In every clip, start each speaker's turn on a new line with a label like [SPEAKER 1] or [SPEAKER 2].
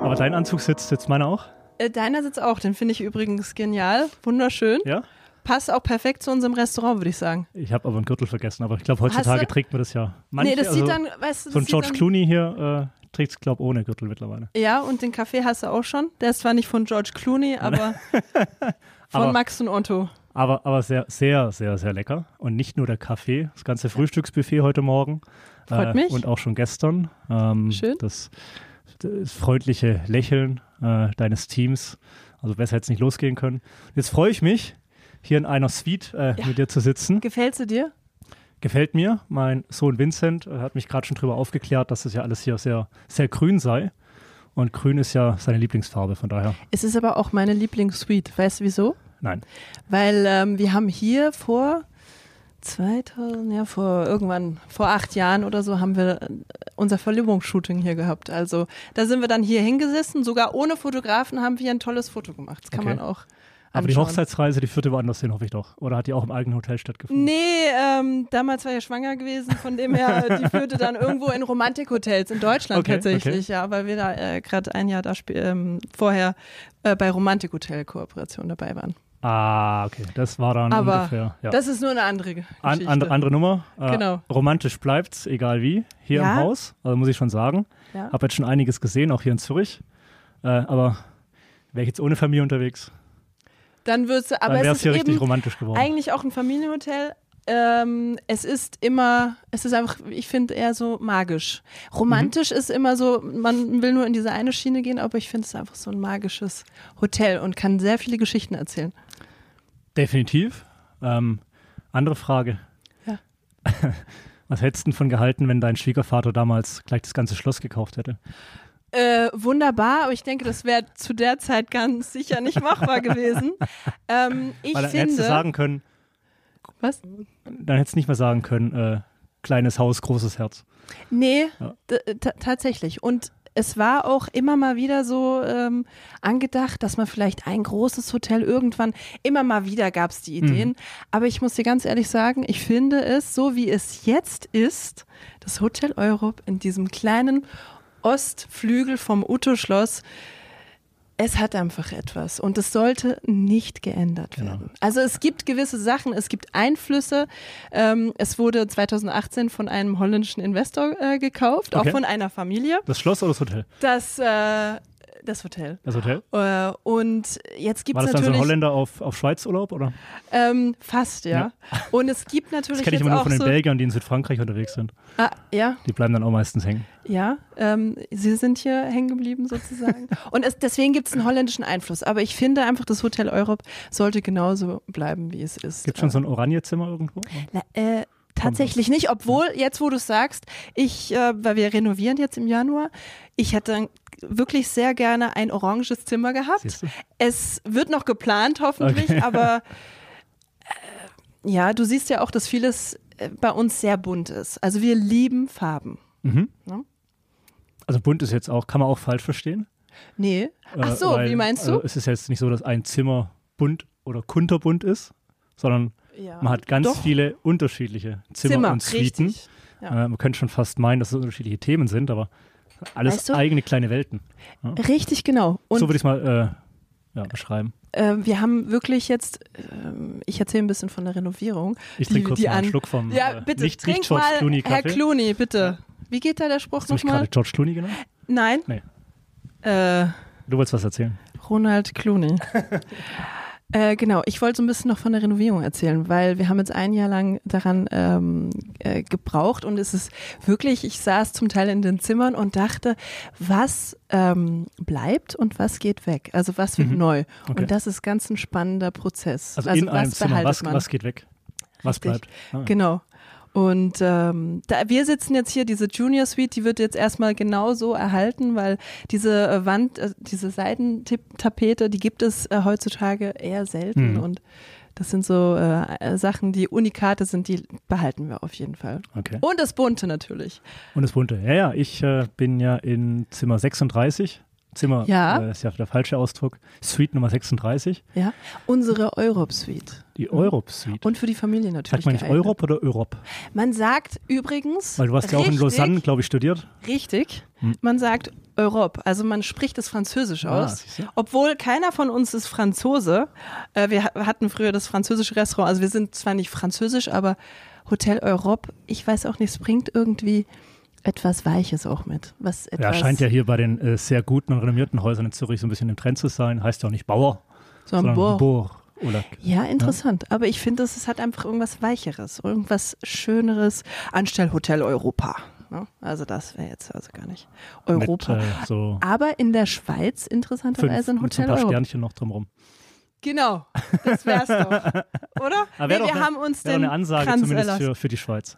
[SPEAKER 1] Aber dein Anzug sitzt, sitzt meiner auch?
[SPEAKER 2] Äh, deiner sitzt auch, den finde ich übrigens genial, wunderschön.
[SPEAKER 1] Ja?
[SPEAKER 2] Passt auch perfekt zu unserem Restaurant, würde ich sagen.
[SPEAKER 1] Ich habe aber einen Gürtel vergessen, aber ich glaube,
[SPEAKER 2] Hast
[SPEAKER 1] heutzutage
[SPEAKER 2] du-
[SPEAKER 1] trägt man das ja. Manche,
[SPEAKER 2] nee, das
[SPEAKER 1] also,
[SPEAKER 2] sieht dann, weißt du, das
[SPEAKER 1] so ein
[SPEAKER 2] sieht
[SPEAKER 1] George
[SPEAKER 2] dann,
[SPEAKER 1] Clooney hier äh, trägt es, glaube ich, ohne Gürtel mittlerweile.
[SPEAKER 2] Ja, und den Kaffee hast du auch schon. Der ist zwar nicht von George Clooney, aber von
[SPEAKER 1] Aber-
[SPEAKER 2] Max und Otto.
[SPEAKER 1] Aber, aber sehr, sehr, sehr, sehr lecker. Und nicht nur der Kaffee, das ganze Frühstücksbuffet heute Morgen. äh,
[SPEAKER 2] Freut mich.
[SPEAKER 1] Und auch schon gestern. Ähm,
[SPEAKER 2] Schön.
[SPEAKER 1] Das, das freundliche Lächeln äh, deines Teams. Also besser hätte es nicht losgehen können. Jetzt freue ich mich, hier in einer Suite äh,
[SPEAKER 2] Ja.
[SPEAKER 1] mit dir zu sitzen.
[SPEAKER 2] Gefällt sie dir?
[SPEAKER 1] Gefällt mir. Mein Sohn Vincent äh, hat mich gerade schon drüber aufgeklärt, dass das ja alles hier sehr, sehr grün sei. Und grün ist ja seine Lieblingsfarbe, von daher.
[SPEAKER 2] Es ist aber auch meine Lieblingssuite. Weißt du wieso?
[SPEAKER 1] Nein.
[SPEAKER 2] Weil ähm, wir haben hier vor 2000, ja, vor irgendwann, vor acht Jahren oder so, haben wir äh, unser Verlobungsshooting hier gehabt. Also da sind wir dann hier hingesessen, sogar ohne Fotografen haben wir ein tolles Foto gemacht. Das kann
[SPEAKER 1] Okay.
[SPEAKER 2] man auch. Anschauen.
[SPEAKER 1] Aber die Hochzeitsreise, die führte woanders hin, hoffe ich doch. Oder hat die auch im eigenen Hotel stattgefunden?
[SPEAKER 2] Nee, ähm, damals war ich ja schwanger gewesen, von dem her, äh, die führte dann irgendwo in Romantikhotels in Deutschland
[SPEAKER 1] Okay,
[SPEAKER 2] tatsächlich, ja, weil wir da äh, gerade ein Jahr da sp- ähm, vorher äh, bei Romantikhotel-Kooperation dabei waren.
[SPEAKER 1] Ah, okay. Das war dann
[SPEAKER 2] Aber
[SPEAKER 1] ungefähr. Ja.
[SPEAKER 2] Das ist nur eine andere Geschichte.
[SPEAKER 1] An, andere, andere Nummer. Äh,
[SPEAKER 2] Genau.
[SPEAKER 1] Romantisch bleibt's, egal wie, hier
[SPEAKER 2] Ja.
[SPEAKER 1] im Haus. Also muss ich schon sagen.
[SPEAKER 2] ja.
[SPEAKER 1] Hab jetzt schon einiges gesehen, auch hier in Zürich. Äh, aber wäre ich jetzt ohne Familie unterwegs,
[SPEAKER 2] Dann würdest du, aber
[SPEAKER 1] dann wäre es
[SPEAKER 2] es ist
[SPEAKER 1] hier richtig
[SPEAKER 2] eben
[SPEAKER 1] romantisch geworden.
[SPEAKER 2] eigentlich auch ein Familienhotel. Ähm, es ist immer, es ist einfach, ich finde eher so magisch. Romantisch
[SPEAKER 1] Mhm.
[SPEAKER 2] ist immer so, man will nur in diese eine Schiene gehen, aber ich finde es einfach so ein magisches Hotel und kann sehr viele Geschichten erzählen.
[SPEAKER 1] Definitiv. Ähm, andere Frage.
[SPEAKER 2] Ja.
[SPEAKER 1] Was hättest du denn von gehalten, wenn dein Schwiegervater damals gleich das ganze Schloss gekauft hätte?
[SPEAKER 2] Äh, wunderbar, aber ich denke, das wäre zu der Zeit ganz sicher nicht machbar gewesen. Ähm, ich
[SPEAKER 1] Weil dann hättest du
[SPEAKER 2] finde,
[SPEAKER 1] sagen können,
[SPEAKER 2] was?
[SPEAKER 1] dann hättest du nicht mehr sagen können, äh, kleines Haus, großes Herz.
[SPEAKER 2] Nee,
[SPEAKER 1] Ja.
[SPEAKER 2] d- ta- tatsächlich. Und es war auch immer mal wieder so ähm, angedacht, dass man vielleicht ein großes Hotel irgendwann, immer mal wieder gab es die Ideen. Aber ich muss dir ganz ehrlich sagen, ich finde es, so wie es jetzt ist, das Hotel Europe in diesem kleinen Ostflügel vom Utto-Schloss, es hat einfach etwas und es sollte nicht geändert
[SPEAKER 1] Genau.
[SPEAKER 2] werden. Also es gibt gewisse Sachen, es gibt Einflüsse. Ähm, es wurde 2018 von einem holländischen Investor äh, gekauft,
[SPEAKER 1] Okay.
[SPEAKER 2] auch von einer Familie.
[SPEAKER 1] Das Schloss oder das Hotel?
[SPEAKER 2] Das, äh, das Hotel.
[SPEAKER 1] Das Hotel?
[SPEAKER 2] Äh, und jetzt gibt
[SPEAKER 1] War
[SPEAKER 2] es
[SPEAKER 1] das dann so ein
[SPEAKER 2] natürlich
[SPEAKER 1] Holländer auf, auf Schweizurlaub, oder?
[SPEAKER 2] ähm, fast ja. Und es gibt natürlich
[SPEAKER 1] Das kenne ich
[SPEAKER 2] jetzt
[SPEAKER 1] immer nur
[SPEAKER 2] auch
[SPEAKER 1] von den
[SPEAKER 2] so
[SPEAKER 1] Belgiern, die in Südfrankreich unterwegs sind.
[SPEAKER 2] ah, ja,
[SPEAKER 1] Die bleiben dann auch meistens hängen.
[SPEAKER 2] Ja, ähm, sie sind hier hängen geblieben sozusagen. Und es, deswegen gibt es einen holländischen Einfluss. Aber ich finde einfach, das Hotel Europe sollte genauso bleiben, wie es ist.
[SPEAKER 1] Gibt schon so ein Oranjezimmer irgendwo?
[SPEAKER 2] Na, äh, tatsächlich nicht, obwohl, jetzt wo du es sagst, ich, äh, weil wir renovieren jetzt im Januar, ich hätte wirklich sehr gerne ein oranges Zimmer
[SPEAKER 1] Siehst
[SPEAKER 2] gehabt.
[SPEAKER 1] du?
[SPEAKER 2] Es wird noch geplant, hoffentlich,
[SPEAKER 1] Okay.
[SPEAKER 2] aber äh, ja, du siehst ja auch, dass vieles äh, bei uns sehr bunt ist. Also wir lieben Farben.
[SPEAKER 1] Also bunt ist jetzt auch, kann man auch falsch verstehen.
[SPEAKER 2] Nee. Ach
[SPEAKER 1] Äh,
[SPEAKER 2] so,
[SPEAKER 1] weil,
[SPEAKER 2] wie meinst du?
[SPEAKER 1] Also es ist jetzt nicht so, dass ein Zimmer bunt oder kunterbunt ist, sondern
[SPEAKER 2] Ja.
[SPEAKER 1] äh, man hat ganz
[SPEAKER 2] Ah, Doch.
[SPEAKER 1] viele unterschiedliche Zimmer, und Suiten.
[SPEAKER 2] richtig.
[SPEAKER 1] Äh, man könnte schon fast meinen, dass es unterschiedliche Themen sind, aber alles
[SPEAKER 2] Weißt du?
[SPEAKER 1] eigene kleine Welten.
[SPEAKER 2] Richtig, genau. Und
[SPEAKER 1] so würde ich es mal äh, ja, beschreiben.
[SPEAKER 2] äh, wir haben wirklich jetzt, ähm, ich erzähle ein bisschen von der Renovierung.
[SPEAKER 1] Ich trinke kurz mal einen Schluck vom
[SPEAKER 2] Ja,
[SPEAKER 1] äh,
[SPEAKER 2] bitte,
[SPEAKER 1] nicht,
[SPEAKER 2] trink
[SPEAKER 1] nicht George
[SPEAKER 2] mal,
[SPEAKER 1] Clooney
[SPEAKER 2] Herr
[SPEAKER 1] Kaffee.
[SPEAKER 2] Clooney, bitte. Wie geht da der Spruch
[SPEAKER 1] Hast du mich gerade
[SPEAKER 2] nochmal?
[SPEAKER 1] George Clooney genannt?
[SPEAKER 2] Nein?
[SPEAKER 1] Nee.
[SPEAKER 2] Äh,
[SPEAKER 1] Du wolltest was erzählen.
[SPEAKER 2] Ronald Clooney. Äh, genau, ich wollte so ein bisschen noch von der Renovierung erzählen, weil wir haben jetzt ein Jahr lang daran ähm, äh, gebraucht und es ist wirklich, ich saß zum Teil in den Zimmern und dachte, was ähm, bleibt und was geht weg? Also was wird neu?
[SPEAKER 1] Mhm. Okay.
[SPEAKER 2] Und das ist ganz ein spannender Prozess.
[SPEAKER 1] Also, in einem
[SPEAKER 2] was
[SPEAKER 1] Zimmer,
[SPEAKER 2] behaltet
[SPEAKER 1] was,
[SPEAKER 2] man?
[SPEAKER 1] was geht weg? Was
[SPEAKER 2] Richtig.
[SPEAKER 1] bleibt? Ah.
[SPEAKER 2] Genau. Und ähm, da, wir sitzen jetzt hier, diese Junior Suite, die wird jetzt erstmal genau so erhalten, weil diese äh, Wand, äh, diese Seitentapete, die gibt es äh, heutzutage eher selten.
[SPEAKER 1] Mhm.
[SPEAKER 2] Und das sind so äh, äh, Sachen, die Unikate sind, die behalten wir auf jeden Fall.
[SPEAKER 1] Okay.
[SPEAKER 2] Und das Bunte natürlich.
[SPEAKER 1] Und das Bunte. Ja, ja, ich äh, bin ja in Zimmer 36 Zimmer
[SPEAKER 2] Ja.
[SPEAKER 1] äh, ist ja der falsche Ausdruck. Suite Nummer 36,
[SPEAKER 2] Ja, unsere Europe Suite.
[SPEAKER 1] die Europe Suite.
[SPEAKER 2] Mhm. Und für die Familie natürlich.
[SPEAKER 1] Sagt man nicht
[SPEAKER 2] geeignet.
[SPEAKER 1] Europe oder Europe?
[SPEAKER 2] Man sagt übrigens.
[SPEAKER 1] Weil du hast ja auch in
[SPEAKER 2] richtig-
[SPEAKER 1] Lausanne, glaube ich, studiert.
[SPEAKER 2] Richtig. Man sagt Europe. Also man spricht es Französisch
[SPEAKER 1] Hm. Ah,
[SPEAKER 2] aus.
[SPEAKER 1] siehste.
[SPEAKER 2] Obwohl keiner von uns ist Franzose. Äh, wir ha- hatten früher das französische Restaurant. Also wir sind zwar nicht französisch, aber Hotel Europe, ich weiß auch nicht, es bringt irgendwie etwas Weiches auch mit. Was etwas
[SPEAKER 1] Ja, scheint ja hier bei den äh, sehr guten und renommierten Häusern in Zürich so ein bisschen im Trend zu sein. Heißt ja auch nicht Bauer,
[SPEAKER 2] so ein
[SPEAKER 1] sondern
[SPEAKER 2] Bohr.
[SPEAKER 1] Bohr. Oder
[SPEAKER 2] Ja, interessant. Aber ich finde, es es hat einfach irgendwas Weicheres, irgendwas Schöneres anstelle Hotel Europa. Ne? Also das wäre jetzt also gar nicht Europa.
[SPEAKER 1] mit äh, so
[SPEAKER 2] aber in der Schweiz
[SPEAKER 1] fünf,
[SPEAKER 2] interessanterweise ein
[SPEAKER 1] mit so ein
[SPEAKER 2] Hotel
[SPEAKER 1] paar
[SPEAKER 2] Europa.
[SPEAKER 1] Sternchen noch drumrum.
[SPEAKER 2] Genau, das wär's doch. Oder?
[SPEAKER 1] Aber wäre
[SPEAKER 2] nee, wir
[SPEAKER 1] doch eine,
[SPEAKER 2] haben uns
[SPEAKER 1] wär doch
[SPEAKER 2] den
[SPEAKER 1] eine Ansage
[SPEAKER 2] Kranz
[SPEAKER 1] zumindest
[SPEAKER 2] erlassen.
[SPEAKER 1] für, für die Schweiz.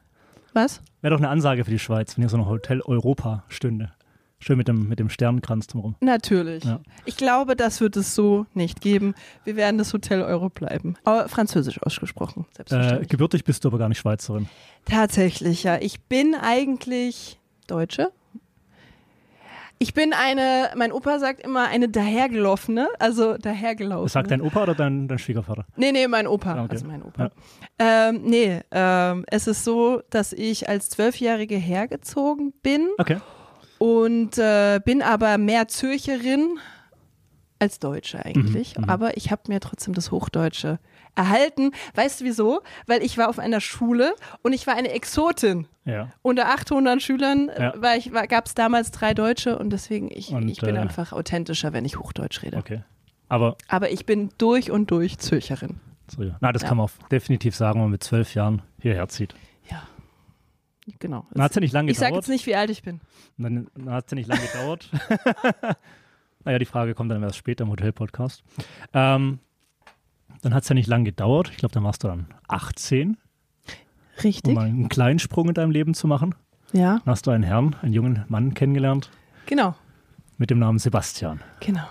[SPEAKER 2] Was?
[SPEAKER 1] Wäre doch eine Ansage für die Schweiz, wenn hier so ein Hotel Europa stünde. Schön mit dem, mit dem Sternenkranz drumrum. Äh,
[SPEAKER 2] Natürlich.
[SPEAKER 1] Ja.
[SPEAKER 2] Ich glaube, das wird es so nicht geben. Wir werden das Hotel Euro bleiben. Aber französisch ausgesprochen,
[SPEAKER 1] Äh,
[SPEAKER 2] selbstverständlich.
[SPEAKER 1] gebürtig bist du aber gar nicht Schweizerin.
[SPEAKER 2] Tatsächlich, ja. Ich bin eigentlich Deutsche. Ich bin eine, mein Opa sagt immer eine dahergelaufene, also dahergelaufene.
[SPEAKER 1] Das sagt dein Opa oder dein, dein Schwiegervater?
[SPEAKER 2] Nee, nee, mein Opa.
[SPEAKER 1] Ah, okay.
[SPEAKER 2] Also mein Opa. Ähm, nee, ähm, es ist so, dass ich als Zwölfjährige hergezogen bin
[SPEAKER 1] Okay.
[SPEAKER 2] und äh, bin aber mehr Zürcherin als Deutsche eigentlich.
[SPEAKER 1] Mhm,
[SPEAKER 2] Aber ich habe mir trotzdem das Hochdeutsche erhalten. Weißt du wieso? Weil ich war auf einer Schule und ich war eine Exotin.
[SPEAKER 1] Ja.
[SPEAKER 2] Unter 800 Schülern äh,
[SPEAKER 1] Ja.
[SPEAKER 2] war ich, war, gab es damals drei Deutsche und deswegen, ich,
[SPEAKER 1] Und,
[SPEAKER 2] ich bin
[SPEAKER 1] äh,
[SPEAKER 2] einfach authentischer, wenn ich Hochdeutsch rede.
[SPEAKER 1] Okay. Aber,
[SPEAKER 2] Aber ich bin durch und durch Zürcherin.
[SPEAKER 1] so, ja. na, das
[SPEAKER 2] Ja.
[SPEAKER 1] kann man auch definitiv sagen, wenn man mit zwölf Jahren hierher zieht.
[SPEAKER 2] Ja, genau.
[SPEAKER 1] Na, hat's ja nicht lange
[SPEAKER 2] ich sage
[SPEAKER 1] gedauert. Oh
[SPEAKER 2] jetzt nicht, wie alt ich bin.
[SPEAKER 1] Dann hat es ja nicht lange gedauert. naja, die Frage kommt dann erst später im Hotel-Podcast. Ähm, dann hat es ja nicht lange gedauert. Ich glaube, dann warst du dann 18, um
[SPEAKER 2] Richtig.
[SPEAKER 1] mal einen kleinen Sprung in deinem Leben zu machen.
[SPEAKER 2] Ja,
[SPEAKER 1] Dann hast du einen Herrn, einen jungen Mann kennengelernt
[SPEAKER 2] genau,
[SPEAKER 1] mit dem Namen Sebastian.
[SPEAKER 2] genau.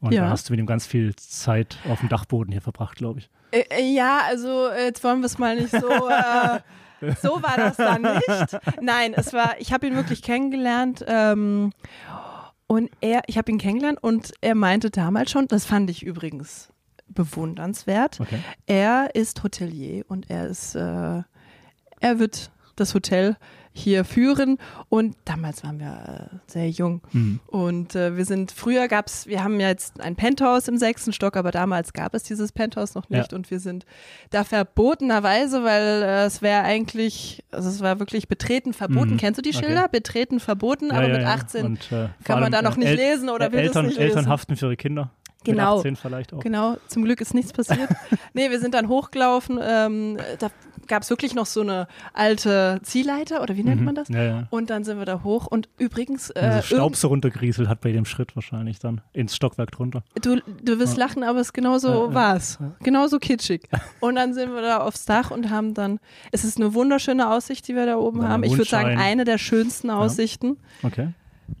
[SPEAKER 1] Und
[SPEAKER 2] Ja.
[SPEAKER 1] dann hast du mit ihm ganz viel Zeit auf dem Dachboden hier verbracht, glaube ich.
[SPEAKER 2] Äh, äh, ja, also äh, jetzt wollen wir es mal nicht so. Äh, so war das dann nicht. Nein, es war. Ich habe ihn wirklich kennengelernt. Ähm, und er, ich habe ihn kennengelernt und er meinte damals schon, das fand ich übrigens bewundernswert.
[SPEAKER 1] Okay.
[SPEAKER 2] Er ist Hotelier und er ist, äh, er wird das Hotel hier führen. Und damals waren wir äh, sehr jung.
[SPEAKER 1] Mhm.
[SPEAKER 2] Und äh, wir sind, früher gab es, wir haben ja jetzt ein Penthouse im sechsten Stock, aber damals gab es dieses Penthouse noch nicht.
[SPEAKER 1] Ja.
[SPEAKER 2] Und wir sind da verbotenerweise, weil äh, es wäre eigentlich, also es war wirklich betreten verboten.
[SPEAKER 1] Mhm.
[SPEAKER 2] Kennst du die
[SPEAKER 1] Okay.
[SPEAKER 2] Schilder? Betreten verboten, aber mit 18
[SPEAKER 1] Und, äh, vor
[SPEAKER 2] kann man da noch nicht
[SPEAKER 1] El-
[SPEAKER 2] lesen oder
[SPEAKER 1] äh,
[SPEAKER 2] will das
[SPEAKER 1] Eltern,
[SPEAKER 2] nicht
[SPEAKER 1] Eltern
[SPEAKER 2] lesen.
[SPEAKER 1] haften für ihre Kinder.
[SPEAKER 2] Genau.
[SPEAKER 1] Mit 18 vielleicht auch.
[SPEAKER 2] Genau, zum Glück ist nichts passiert. nee, wir sind dann hochgelaufen. Ähm, da gab es wirklich noch so eine alte Ziehleiter oder wie nennt
[SPEAKER 1] Mhm.
[SPEAKER 2] man das?
[SPEAKER 1] Ja, ja.
[SPEAKER 2] Und dann sind wir da hoch und übrigens, äh,
[SPEAKER 1] Also Staub
[SPEAKER 2] irgend-
[SPEAKER 1] so runtergerieselt hat bei dem Schritt wahrscheinlich dann ins Stockwerk drunter.
[SPEAKER 2] du, du wirst lachen, aber es genauso
[SPEAKER 1] Ja, ja.
[SPEAKER 2] war's. Genauso kitschig. Und dann sind wir da aufs Dach und haben dann, es ist eine wunderschöne Aussicht, die wir da oben
[SPEAKER 1] Ja,
[SPEAKER 2] haben. Ich würde sagen,
[SPEAKER 1] Mondschein.
[SPEAKER 2] eine der schönsten Aussichten
[SPEAKER 1] Okay.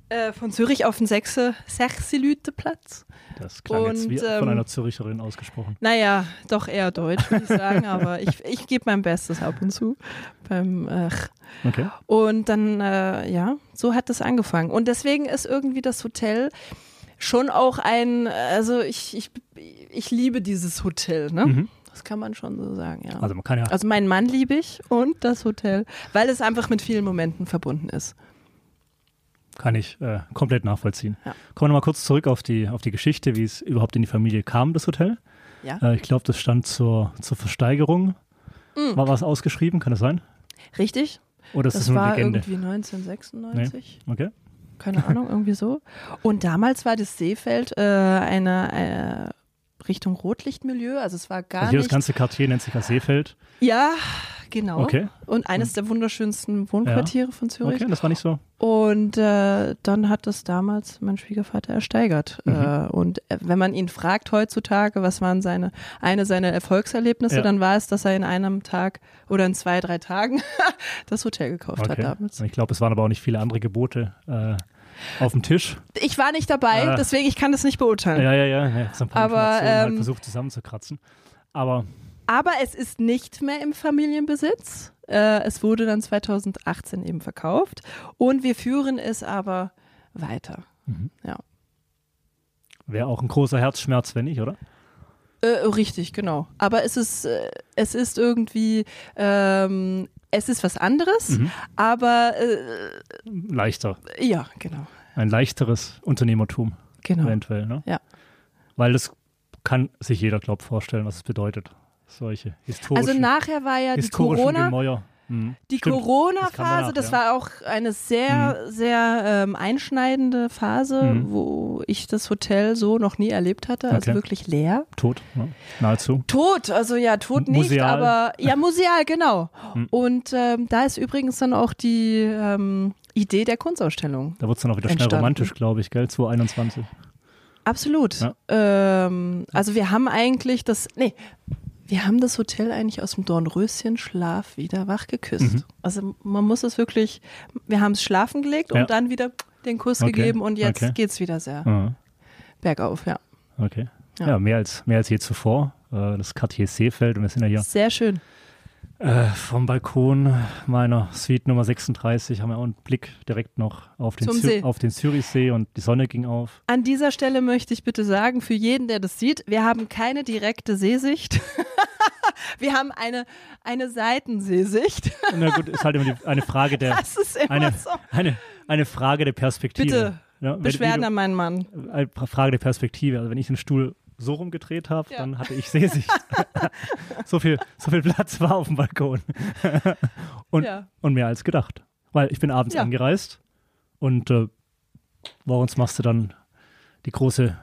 [SPEAKER 2] äh, von Zürich auf den Sechse, Sechsilüteplatz.
[SPEAKER 1] Das klang jetzt
[SPEAKER 2] Und,
[SPEAKER 1] wie
[SPEAKER 2] ähm,
[SPEAKER 1] von einer Züricherin ausgesprochen.
[SPEAKER 2] Naja, doch eher deutsch, würde ich sagen, aber ich, ich gebe mein Bestes ab und zu beim äh,
[SPEAKER 1] Okay.
[SPEAKER 2] Und dann, äh, ja, so hat es angefangen. Und deswegen ist irgendwie das Hotel schon auch ein, also ich, ich, ich liebe dieses Hotel, ne?
[SPEAKER 1] Mhm.
[SPEAKER 2] Das kann man schon so sagen, ja. Also,
[SPEAKER 1] Also man kann ja.
[SPEAKER 2] meinen Mann liebe ich und das Hotel, weil es einfach mit vielen Momenten verbunden ist.
[SPEAKER 1] Kann ich äh, komplett nachvollziehen.
[SPEAKER 2] Ja.
[SPEAKER 1] Kommen wir nochmal kurz zurück auf die, auf die Geschichte, wie es überhaupt in die Familie kam, das Hotel.
[SPEAKER 2] Ja.
[SPEAKER 1] Äh, ich glaube, das stand zur, zur Versteigerung. War was ausgeschrieben, kann das sein?
[SPEAKER 2] Richtig?
[SPEAKER 1] Oder ist Mm. das,
[SPEAKER 2] Das,
[SPEAKER 1] nur eine
[SPEAKER 2] war
[SPEAKER 1] Legende?
[SPEAKER 2] irgendwie 1996.
[SPEAKER 1] Okay.
[SPEAKER 2] keine Ahnung, irgendwie so. Und damals war das Seefeld äh, eine äh, Richtung Rotlichtmilieu, also es war gar
[SPEAKER 1] Also hier das
[SPEAKER 2] nicht.
[SPEAKER 1] ganze Quartier nennt sich ja Seefeld.
[SPEAKER 2] Ja, genau.
[SPEAKER 1] Okay. Hm.
[SPEAKER 2] Und eines der wunderschönsten Wohnquartiere von Zürich.
[SPEAKER 1] Okay, das war nicht so.
[SPEAKER 2] Und äh, dann hat das damals mein Schwiegervater ersteigert.
[SPEAKER 1] Mhm.
[SPEAKER 2] Äh, und äh, wenn man ihn fragt heutzutage, was waren seine eine seiner Erfolgserlebnisse,
[SPEAKER 1] Ja.
[SPEAKER 2] dann war es, dass er in einem Tag oder in zwei, drei Tagen das Hotel gekauft
[SPEAKER 1] Okay.
[SPEAKER 2] hat damals.
[SPEAKER 1] Ich glaube, es waren aber auch nicht viele andere Gebote äh, auf dem Tisch.
[SPEAKER 2] Ich war nicht dabei,
[SPEAKER 1] Äh.
[SPEAKER 2] deswegen ich kann das nicht beurteilen.
[SPEAKER 1] Ja, ja, ja. ja so ein paar
[SPEAKER 2] Aber,
[SPEAKER 1] Informationen
[SPEAKER 2] ähm,
[SPEAKER 1] halt versucht zusammenzukratzen. Aber
[SPEAKER 2] Aber es ist nicht mehr im Familienbesitz. Äh, es wurde dann 2018 eben verkauft und wir führen es aber weiter. Ja.
[SPEAKER 1] Wäre auch ein großer Herzschmerz, wenn nicht, oder?
[SPEAKER 2] Äh, richtig, genau. Aber es ist, äh, es ist irgendwie, ähm, es ist was anderes,
[SPEAKER 1] Mhm.
[SPEAKER 2] aber äh,
[SPEAKER 1] Leichter.
[SPEAKER 2] ja, genau.
[SPEAKER 1] Ein leichteres Unternehmertum
[SPEAKER 2] Genau.
[SPEAKER 1] eventuell, ne?
[SPEAKER 2] Ja.
[SPEAKER 1] Weil das kann sich jeder, glaube ich, vorstellen, was es bedeutet. Solche historischen,
[SPEAKER 2] Also nachher war ja die
[SPEAKER 1] historischen
[SPEAKER 2] Corona,
[SPEAKER 1] Gemäuer. Mhm.
[SPEAKER 2] die
[SPEAKER 1] Stimmt. Das kam
[SPEAKER 2] Corona-Phase,
[SPEAKER 1] danach,
[SPEAKER 2] das,
[SPEAKER 1] ja.
[SPEAKER 2] war auch eine sehr, sehr ähm, einschneidende Phase,
[SPEAKER 1] Mhm.
[SPEAKER 2] wo ich das Hotel so noch nie erlebt hatte, also
[SPEAKER 1] Okay.
[SPEAKER 2] wirklich leer.
[SPEAKER 1] Tot, ne? nahezu.
[SPEAKER 2] Tot, also ja, tot
[SPEAKER 1] M-
[SPEAKER 2] nicht,
[SPEAKER 1] museal.
[SPEAKER 2] aber ja, museal, genau.
[SPEAKER 1] Hm.
[SPEAKER 2] Und ähm, da ist übrigens dann auch die ähm, Idee der Kunstausstellung.
[SPEAKER 1] Da wird es dann auch wieder schnell
[SPEAKER 2] Entstanden.
[SPEAKER 1] romantisch, glaube ich, gell? 2021.
[SPEAKER 2] Absolut.
[SPEAKER 1] Ja.
[SPEAKER 2] Ähm, also wir haben eigentlich das, nee, wir haben das Hotel eigentlich aus dem Dornröschen-Schlaf wieder wach geküsst.
[SPEAKER 1] Mhm.
[SPEAKER 2] Also man muss es wirklich, wir haben es schlafen gelegt
[SPEAKER 1] Ja.
[SPEAKER 2] und dann wieder den Kuss
[SPEAKER 1] Okay,
[SPEAKER 2] gegeben und jetzt
[SPEAKER 1] okay.
[SPEAKER 2] geht's wieder sehr
[SPEAKER 1] Mhm.
[SPEAKER 2] bergauf, ja.
[SPEAKER 1] Okay. Ja,
[SPEAKER 2] Ja.
[SPEAKER 1] mehr, als, mehr als je zuvor. Äh, Das Cartier Seefeld und wir sind ja hier
[SPEAKER 2] Sehr schön.
[SPEAKER 1] äh, vom Balkon meiner Suite Nummer 36 haben wir auch einen Blick direkt noch auf den,
[SPEAKER 2] Zum
[SPEAKER 1] Zü-
[SPEAKER 2] See.
[SPEAKER 1] auf den Zürichsee und die Sonne ging auf.
[SPEAKER 2] An dieser Stelle möchte ich bitte sagen, für jeden, der das sieht, wir haben keine direkte Seesicht. wir haben eine, eine Seitenseesicht.
[SPEAKER 1] Na gut, ist halt immer die, eine Frage der
[SPEAKER 2] Das ist immer
[SPEAKER 1] eine,
[SPEAKER 2] so.
[SPEAKER 1] eine, eine Frage der Perspektive.
[SPEAKER 2] Bitte,
[SPEAKER 1] Ja, wenn-
[SPEAKER 2] Beschwerden an meinen Mann.
[SPEAKER 1] wie du- Eine Frage der Perspektive. Also wenn ich den Stuhl so rumgedreht habe,
[SPEAKER 2] Ja.
[SPEAKER 1] dann hatte ich Sehsicht. so, viel, so viel Platz war auf dem Balkon. und,
[SPEAKER 2] Ja.
[SPEAKER 1] und mehr als gedacht. Weil ich bin abends
[SPEAKER 2] Ja.
[SPEAKER 1] angereist und äh, morgens machst du dann die große,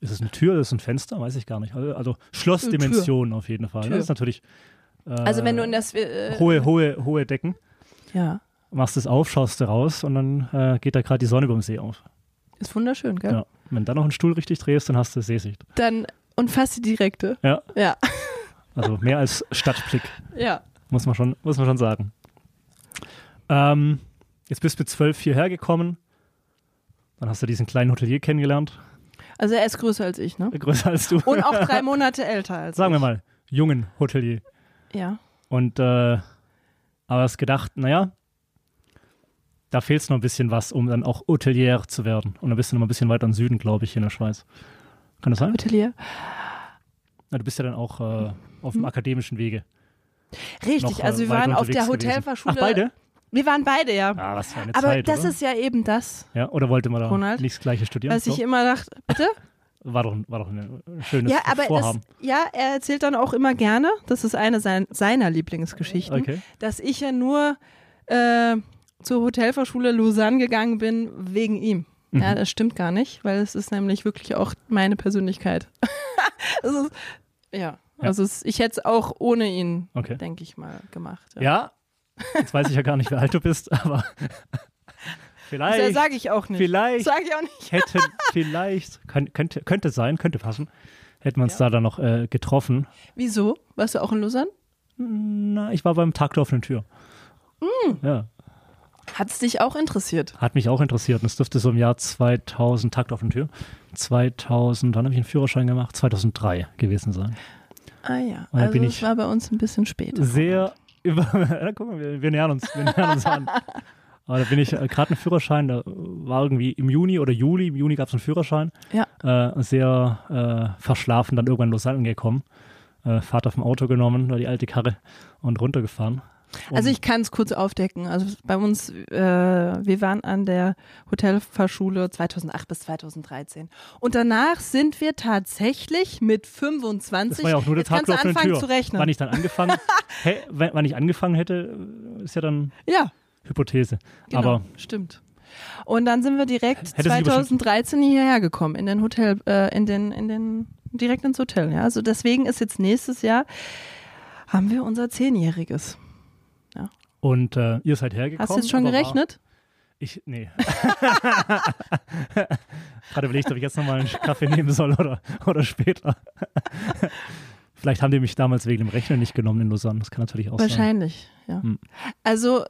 [SPEAKER 1] ist es eine Tür, ist es ein Fenster, weiß ich gar nicht. Also, also Schlossdimensionen auf jeden Fall. ne?
[SPEAKER 2] Tür.
[SPEAKER 1] Das ist natürlich äh,
[SPEAKER 2] Also wenn du in das... Äh,
[SPEAKER 1] hohe, hohe, hohe Decken.
[SPEAKER 2] ja,
[SPEAKER 1] machst es auf, schaust du raus und dann äh, geht da gerade die Sonne über dem See auf.
[SPEAKER 2] ist wunderschön, gell?
[SPEAKER 1] Ja. Wenn du dann noch einen Stuhl richtig drehst, dann hast du Seesicht.
[SPEAKER 2] Dann, und fast die direkte.
[SPEAKER 1] Ja,
[SPEAKER 2] Ja,
[SPEAKER 1] also mehr als Stadtblick,
[SPEAKER 2] ja.
[SPEAKER 1] muss man schon, muss man schon sagen. Ähm, jetzt bist du mit zwölf hierher gekommen. Dann hast du diesen kleinen Hotelier kennengelernt,
[SPEAKER 2] Also er ist größer als ich, ne?
[SPEAKER 1] äh, größer als du.
[SPEAKER 2] Und auch drei Monate älter als
[SPEAKER 1] Sagen wir
[SPEAKER 2] ich.
[SPEAKER 1] mal, jungen Hotelier.
[SPEAKER 2] Ja.
[SPEAKER 1] Und äh, aber hast gedacht, naja, da fehlt noch ein bisschen was, um dann auch Hotelier zu werden. Und dann bist du noch mal ein bisschen weiter im Süden, glaube ich, hier in der Schweiz. Kann das sein?
[SPEAKER 2] Hotelier.
[SPEAKER 1] Na, du bist ja dann auch äh, auf dem akademischen Wege.
[SPEAKER 2] Hm. Richtig,
[SPEAKER 1] noch, äh,
[SPEAKER 2] also wir
[SPEAKER 1] weiter
[SPEAKER 2] waren auf der
[SPEAKER 1] unterwegs gewesen.
[SPEAKER 2] Hotelfachschule.
[SPEAKER 1] Ach, beide?
[SPEAKER 2] Wir waren beide, ja.
[SPEAKER 1] Ah, was für eine
[SPEAKER 2] Aber
[SPEAKER 1] Zeit,
[SPEAKER 2] das
[SPEAKER 1] oder?
[SPEAKER 2] ist ja eben das,
[SPEAKER 1] ja, oder wollte man da
[SPEAKER 2] Ronald,
[SPEAKER 1] nicht das Gleiche studieren?
[SPEAKER 2] was
[SPEAKER 1] So?
[SPEAKER 2] ich immer dachte. Bitte?
[SPEAKER 1] war, doch, ein- war doch ein äh, schönes
[SPEAKER 2] Ja, aber das,
[SPEAKER 1] Vorhaben.
[SPEAKER 2] ja, er erzählt dann auch immer gerne, das ist eine sein, seiner Lieblingsgeschichten,
[SPEAKER 1] okay.
[SPEAKER 2] dass ich ja nur äh, zur Hotelfachschule Lausanne gegangen bin wegen ihm.
[SPEAKER 1] Mhm.
[SPEAKER 2] Ja, das stimmt gar nicht, weil es ist nämlich wirklich auch meine Persönlichkeit. es ist, ja, also es, ich hätte es auch ohne ihn,
[SPEAKER 1] Okay.
[SPEAKER 2] denke ich mal, gemacht.
[SPEAKER 1] Ja. jetzt weiß ich ja gar nicht, wie alt du bist, aber
[SPEAKER 2] Das
[SPEAKER 1] vielleicht,
[SPEAKER 2] sage ich auch Also nicht.
[SPEAKER 1] vielleicht
[SPEAKER 2] Sage ich auch nicht.
[SPEAKER 1] hätten, vielleicht, könnt- könnte, könnte sein, könnte passen, hätten wir uns
[SPEAKER 2] Ja.
[SPEAKER 1] da dann noch äh, getroffen.
[SPEAKER 2] Wieso? Warst du auch in Lausanne?
[SPEAKER 1] Na, ich war beim Tag der offenen Tür.
[SPEAKER 2] Mm.
[SPEAKER 1] Ja,
[SPEAKER 2] Hat es dich auch interessiert?
[SPEAKER 1] Hat mich auch interessiert. Und es dürfte so im Jahr 2000, Takt auf den Tür, 2000, wann habe ich einen Führerschein gemacht? 2003 gewesen sein.
[SPEAKER 2] Ah ja,
[SPEAKER 1] Weil
[SPEAKER 2] also
[SPEAKER 1] bin
[SPEAKER 2] es
[SPEAKER 1] ich- Äh,
[SPEAKER 2] war bei uns ein bisschen spät.
[SPEAKER 1] Sehr über. Na, guck mal, wir, wir nähern uns, wir nähern uns an. Aber da bin ich äh, gerade einen Führerschein, da war irgendwie im Juni oder Juli, im Juni gab es einen Führerschein,
[SPEAKER 2] Ja,
[SPEAKER 1] äh, sehr äh, verschlafen dann irgendwann in Lausanne angekommen. Äh, Fahrt auf dem Auto genommen, da die alte Karre und runtergefahren. Und-
[SPEAKER 2] also ich kann es kurz aufdecken. Also bei uns, äh, wir waren an der Hotelfachschule 2008 bis 2013. Und danach sind wir tatsächlich mit 25,
[SPEAKER 1] Das war ja auch nur der
[SPEAKER 2] jetzt
[SPEAKER 1] Tag
[SPEAKER 2] kannst du
[SPEAKER 1] der offenen
[SPEAKER 2] anfangen
[SPEAKER 1] Tür.
[SPEAKER 2] zu rechnen.
[SPEAKER 1] Wann ich dann angefangen, hä, wenn- wann ich angefangen hätte, ist ja dann
[SPEAKER 2] ja,
[SPEAKER 1] Hypothese.
[SPEAKER 2] Genau,
[SPEAKER 1] Aber
[SPEAKER 2] stimmt. Und dann sind wir direkt
[SPEAKER 1] Hätte sie überschnitten?
[SPEAKER 2] 2013 hierher gekommen, in den Hotel, äh, in den, in den, direkt ins Hotel, ja. Also deswegen ist jetzt nächstes Jahr, haben wir unser Zehnjähriges.
[SPEAKER 1] und äh, ihr seid hergekommen.
[SPEAKER 2] Hast du jetzt schon
[SPEAKER 1] aber war-
[SPEAKER 2] gerechnet?
[SPEAKER 1] Ich, nee. Gerade überlegt, ob ich jetzt nochmal einen Kaffee nehmen soll oder, oder später. Vielleicht haben die mich damals wegen dem Rechner nicht genommen in Lausanne. Das kann natürlich auch sein.
[SPEAKER 2] Wahrscheinlich, ja.
[SPEAKER 1] Hm.
[SPEAKER 2] Also,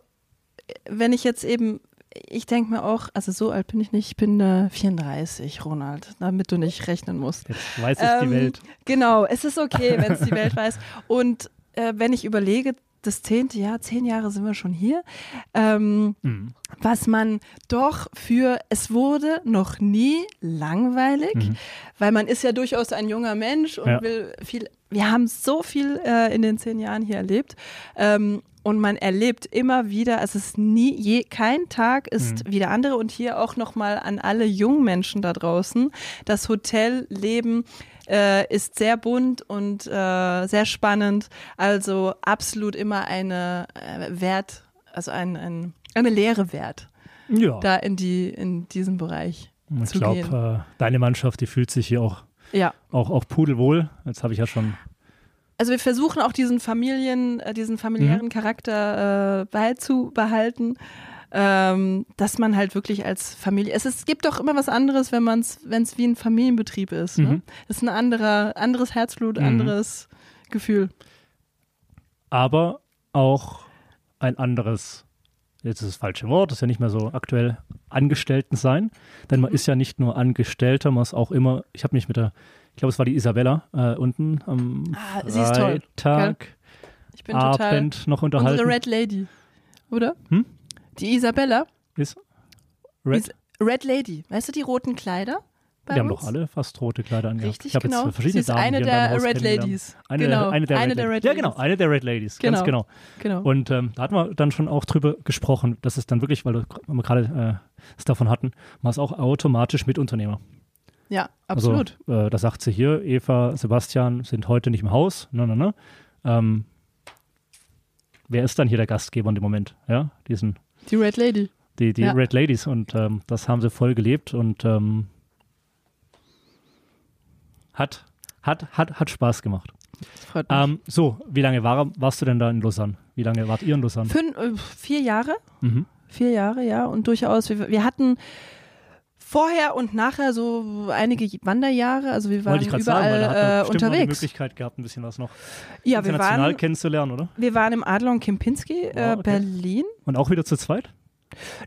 [SPEAKER 2] wenn ich jetzt eben, ich denke mir auch, also so alt bin ich nicht, ich bin äh, 34, Ronald, damit du nicht rechnen musst.
[SPEAKER 1] Jetzt weiß ich die
[SPEAKER 2] Ähm,
[SPEAKER 1] Welt.
[SPEAKER 2] Genau, es ist okay, wenn es die Welt weiß. Und äh, wenn ich überlege, das zehnte Jahr, zehn Jahre sind wir schon hier, ähm,
[SPEAKER 1] Mhm.
[SPEAKER 2] was man doch für, es wurde noch nie langweilig,
[SPEAKER 1] Mhm.
[SPEAKER 2] weil man ist ja durchaus ein junger Mensch und
[SPEAKER 1] Ja.
[SPEAKER 2] will viel, wir haben so viel äh, in den zehn Jahren hier erlebt ähm, und man erlebt immer wieder, es ist nie, je, kein Tag ist wie der andere und hier auch nochmal an alle jungen Menschen da draußen, das Hotelleben äh, ist sehr bunt und äh, sehr spannend, also absolut immer eine äh, Wert, also ein, ein, eine Lehre wert
[SPEAKER 1] Ja,
[SPEAKER 2] da in die in diesem Bereich
[SPEAKER 1] ich
[SPEAKER 2] zu gehen.
[SPEAKER 1] glaube, äh, deine Mannschaft, die fühlt sich hier auch,
[SPEAKER 2] Ja.
[SPEAKER 1] auch, auch pudelwohl. Jetzt habe ich ja schon
[SPEAKER 2] Also wir versuchen auch diesen Familien, äh, diesen familiären
[SPEAKER 1] Mhm.
[SPEAKER 2] Charakter äh, beizubehalten. Ähm, dass man halt wirklich als Familie. Es, ist, es gibt doch immer was anderes, wenn man es, wenn es wie ein Familienbetrieb ist. Ne?
[SPEAKER 1] Mhm.
[SPEAKER 2] Das ist ein anderer, anderes Herzblut,
[SPEAKER 1] Mhm.
[SPEAKER 2] anderes Gefühl.
[SPEAKER 1] aber auch ein anderes, jetzt ist das falsche Wort, ist ja nicht mehr so aktuell, Angestellten sein. Denn
[SPEAKER 2] Mhm.
[SPEAKER 1] man ist ja nicht nur Angestellter, man ist auch immer, ich habe mich mit der, ich glaube, es war die Isabella äh, unten am
[SPEAKER 2] Ah, sie ist toll.
[SPEAKER 1] Freitag,
[SPEAKER 2] Ich bin total
[SPEAKER 1] Abend noch Ah, unterhalten.
[SPEAKER 2] unsere Red Lady, oder?
[SPEAKER 1] Hm?
[SPEAKER 2] Die Isabella.
[SPEAKER 1] ist Red,
[SPEAKER 2] Is- Red Lady. Weißt du die roten Kleider? Bei
[SPEAKER 1] wir haben
[SPEAKER 2] uns?
[SPEAKER 1] doch alle fast rote Kleider angehabt.
[SPEAKER 2] Richtig,
[SPEAKER 1] ich habe
[SPEAKER 2] genau.
[SPEAKER 1] jetzt verschiedene
[SPEAKER 2] Sie ist
[SPEAKER 1] Damen
[SPEAKER 2] eine
[SPEAKER 1] hier in
[SPEAKER 2] der
[SPEAKER 1] deinem Haus
[SPEAKER 2] Red
[SPEAKER 1] kennengelernt.
[SPEAKER 2] Ladies.
[SPEAKER 1] Eine,
[SPEAKER 2] Genau,
[SPEAKER 1] der, eine, der,
[SPEAKER 2] eine
[SPEAKER 1] Red,
[SPEAKER 2] der Red
[SPEAKER 1] Ladies. Ja, genau,
[SPEAKER 2] Ladies.
[SPEAKER 1] eine der Red Ladies, ganz
[SPEAKER 2] Genau.
[SPEAKER 1] genau.
[SPEAKER 2] Genau.
[SPEAKER 1] Und ähm, da hatten wir dann schon auch drüber gesprochen, dass es dann wirklich, weil wir gr- wir gerade äh, es davon hatten, man ist auch automatisch Mitunternehmer.
[SPEAKER 2] ja, absolut.
[SPEAKER 1] Also, äh, da sagt sie hier, Eva, Sebastian sind heute nicht im Haus. Ne, ne, ne. Ähm, wer ist dann hier der Gastgeber in dem Moment? Ja, diesen,
[SPEAKER 2] die Red Lady.
[SPEAKER 1] die, die
[SPEAKER 2] Ja.
[SPEAKER 1] Red Ladies. Und ähm, das haben sie voll gelebt und ähm, hat, hat, hat, hat Spaß gemacht.
[SPEAKER 2] Das freut mich.
[SPEAKER 1] Ähm, so, wie lange war, warst du denn da in Lausanne? Wie lange wart ihr in Lausanne?
[SPEAKER 2] Fünf, äh, vier Jahre,
[SPEAKER 1] Mhm.
[SPEAKER 2] vier Jahre, ja, und durchaus. Wir, wir hatten vorher und nachher so einige Wanderjahre, also wir waren
[SPEAKER 1] Wollte ich
[SPEAKER 2] überall
[SPEAKER 1] gerade sagen, weil da hat man
[SPEAKER 2] äh,
[SPEAKER 1] bestimmt noch die
[SPEAKER 2] unterwegs.
[SPEAKER 1] Möglichkeit gehabt, ein bisschen was noch
[SPEAKER 2] Ja, wir
[SPEAKER 1] international
[SPEAKER 2] waren,
[SPEAKER 1] kennenzulernen, oder?
[SPEAKER 2] wir waren im Adlon Kempinski, äh,
[SPEAKER 1] Wow, okay.
[SPEAKER 2] Berlin.
[SPEAKER 1] Und auch wieder zu zweit?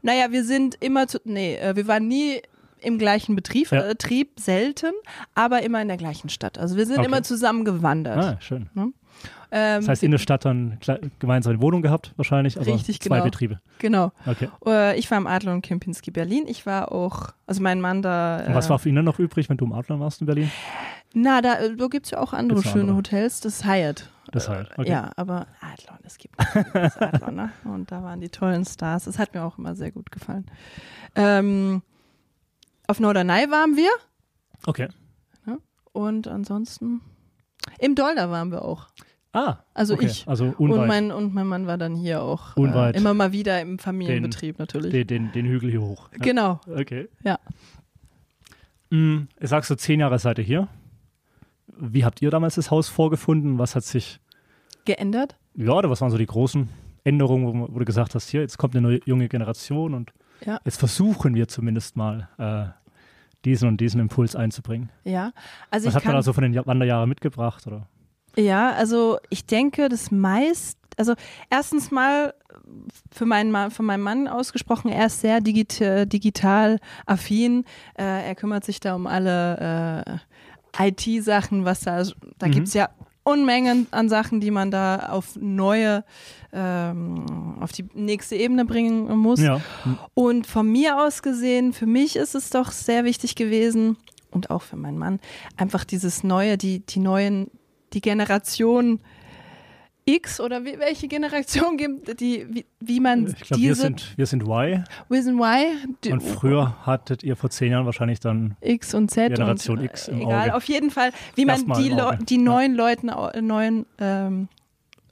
[SPEAKER 2] Naja, wir sind immer zu, nee, äh, wir waren nie im gleichen Betrieb,
[SPEAKER 1] Ja.
[SPEAKER 2] äh, Trieb, selten, aber immer in der gleichen Stadt. Also wir sind
[SPEAKER 1] Okay.
[SPEAKER 2] immer zusammen gewandert.
[SPEAKER 1] Ah, schön.
[SPEAKER 2] Ähm,
[SPEAKER 1] Das heißt, in der Stadt dann kle- gemeinsam eine Wohnung gehabt, wahrscheinlich, aber
[SPEAKER 2] Richtig,
[SPEAKER 1] zwei
[SPEAKER 2] genau.
[SPEAKER 1] Betriebe.
[SPEAKER 2] genau.
[SPEAKER 1] Okay.
[SPEAKER 2] Äh, Ich war im Adlon Kempinski Berlin. Ich war auch, also mein Mann da.
[SPEAKER 1] Und was
[SPEAKER 2] äh,
[SPEAKER 1] war für ihn dann noch übrig, wenn du im Adler warst in Berlin?
[SPEAKER 2] Na, da, äh, da gibt es ja auch andere
[SPEAKER 1] Gibt's noch
[SPEAKER 2] schöne
[SPEAKER 1] andere?
[SPEAKER 2] Hotels. Das ist Hyatt.
[SPEAKER 1] Das halt. Okay.
[SPEAKER 2] Äh, Ja, aber Adlon, es gibt das Adlon, ne? Und da waren die tollen Stars. Das hat mir auch immer sehr gut gefallen. Ähm, auf Norderney waren wir
[SPEAKER 1] okay.
[SPEAKER 2] und ansonsten im Dolder waren wir auch.
[SPEAKER 1] Ah,
[SPEAKER 2] Also
[SPEAKER 1] okay.
[SPEAKER 2] ich
[SPEAKER 1] Also
[SPEAKER 2] Und,
[SPEAKER 1] unweit
[SPEAKER 2] mein, und mein Mann war dann hier auch
[SPEAKER 1] Unweit.
[SPEAKER 2] Äh, immer mal wieder im Familienbetrieb natürlich.
[SPEAKER 1] den, den, den Hügel hier hoch. Ja.
[SPEAKER 2] Genau.
[SPEAKER 1] Okay.
[SPEAKER 2] Ja.
[SPEAKER 1] Mm, ich sagst du, zehn Jahre seid ihr hier. Wie habt ihr damals das Haus vorgefunden? Was hat sich
[SPEAKER 2] Geändert?
[SPEAKER 1] Ja, oder was waren so die großen Änderungen, wo, man- wo du gesagt hast, hier, jetzt kommt eine neue junge Generation und
[SPEAKER 2] Ja.
[SPEAKER 1] jetzt versuchen wir zumindest mal äh, diesen und diesen Impuls einzubringen.
[SPEAKER 2] Ja. Also
[SPEAKER 1] was
[SPEAKER 2] ich
[SPEAKER 1] hat man
[SPEAKER 2] kann
[SPEAKER 1] da so von den Ja- Wanderjahren mitgebracht? Oder?
[SPEAKER 2] Ja, also ich denke, das meist, also erstens mal für meinen Mann, von meinem Mann ausgesprochen, er ist sehr digit äh, digital affin. Äh, er kümmert sich da um alle äh, IT-Sachen, was da, da
[SPEAKER 1] Mhm.
[SPEAKER 2] gibt's ja Unmengen an Sachen, die man da auf neue, ähm, auf die nächste Ebene bringen muss.
[SPEAKER 1] Ja.
[SPEAKER 2] Und von mir aus gesehen, für mich ist es doch sehr wichtig gewesen und auch für meinen Mann, einfach dieses Neue, die, die neuen, die Generation X oder wie, welche Generation gibt, die, wie, wie man
[SPEAKER 1] Ich glaube, wir
[SPEAKER 2] diese
[SPEAKER 1] sind, wir sind Y
[SPEAKER 2] Wissen Y, die,
[SPEAKER 1] und früher hattet ihr vor zehn Jahren wahrscheinlich dann,
[SPEAKER 2] X und Z
[SPEAKER 1] Generation
[SPEAKER 2] und,
[SPEAKER 1] X im
[SPEAKER 2] egal,
[SPEAKER 1] Auge.
[SPEAKER 2] auf jeden Fall, wie man
[SPEAKER 1] Erstmal
[SPEAKER 2] die,
[SPEAKER 1] im
[SPEAKER 2] Leu-
[SPEAKER 1] Auge.
[SPEAKER 2] die
[SPEAKER 1] Ja.
[SPEAKER 2] neuen Leuten, au- neuen ähm,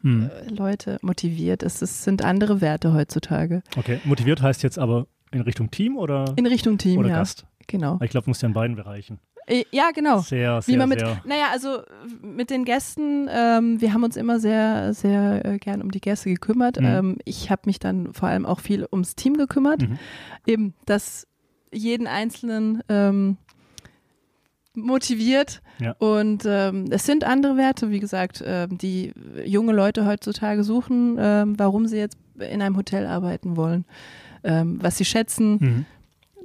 [SPEAKER 1] hm,
[SPEAKER 2] Leute motiviert. Es, es sind andere Werte heutzutage.
[SPEAKER 1] okay, motiviert heißt jetzt aber in Richtung Team oder,
[SPEAKER 2] Äh. In Richtung Team,
[SPEAKER 1] oder
[SPEAKER 2] ja.
[SPEAKER 1] Gast?
[SPEAKER 2] Genau.
[SPEAKER 1] Ich glaube, muss ja in beiden Bereichen.
[SPEAKER 2] Äh, Ja, genau.
[SPEAKER 1] Sehr, sehr,
[SPEAKER 2] Wie man mit,
[SPEAKER 1] sehr.
[SPEAKER 2] naja, also äh, mit den Gästen, ähm, wir haben uns immer sehr, sehr äh, gern um die Gäste gekümmert.
[SPEAKER 1] Mhm.
[SPEAKER 2] Ähm, ich habe mich dann vor allem auch viel ums Team gekümmert.
[SPEAKER 1] Mhm.
[SPEAKER 2] Eben, das jeden Einzelnen ähm, motiviert.
[SPEAKER 1] Ja.
[SPEAKER 2] Und ähm, es sind andere Werte, wie gesagt, ähm, die junge Leute heutzutage suchen, ähm, warum sie jetzt in einem Hotel arbeiten wollen, ähm, was sie schätzen.
[SPEAKER 1] Mhm.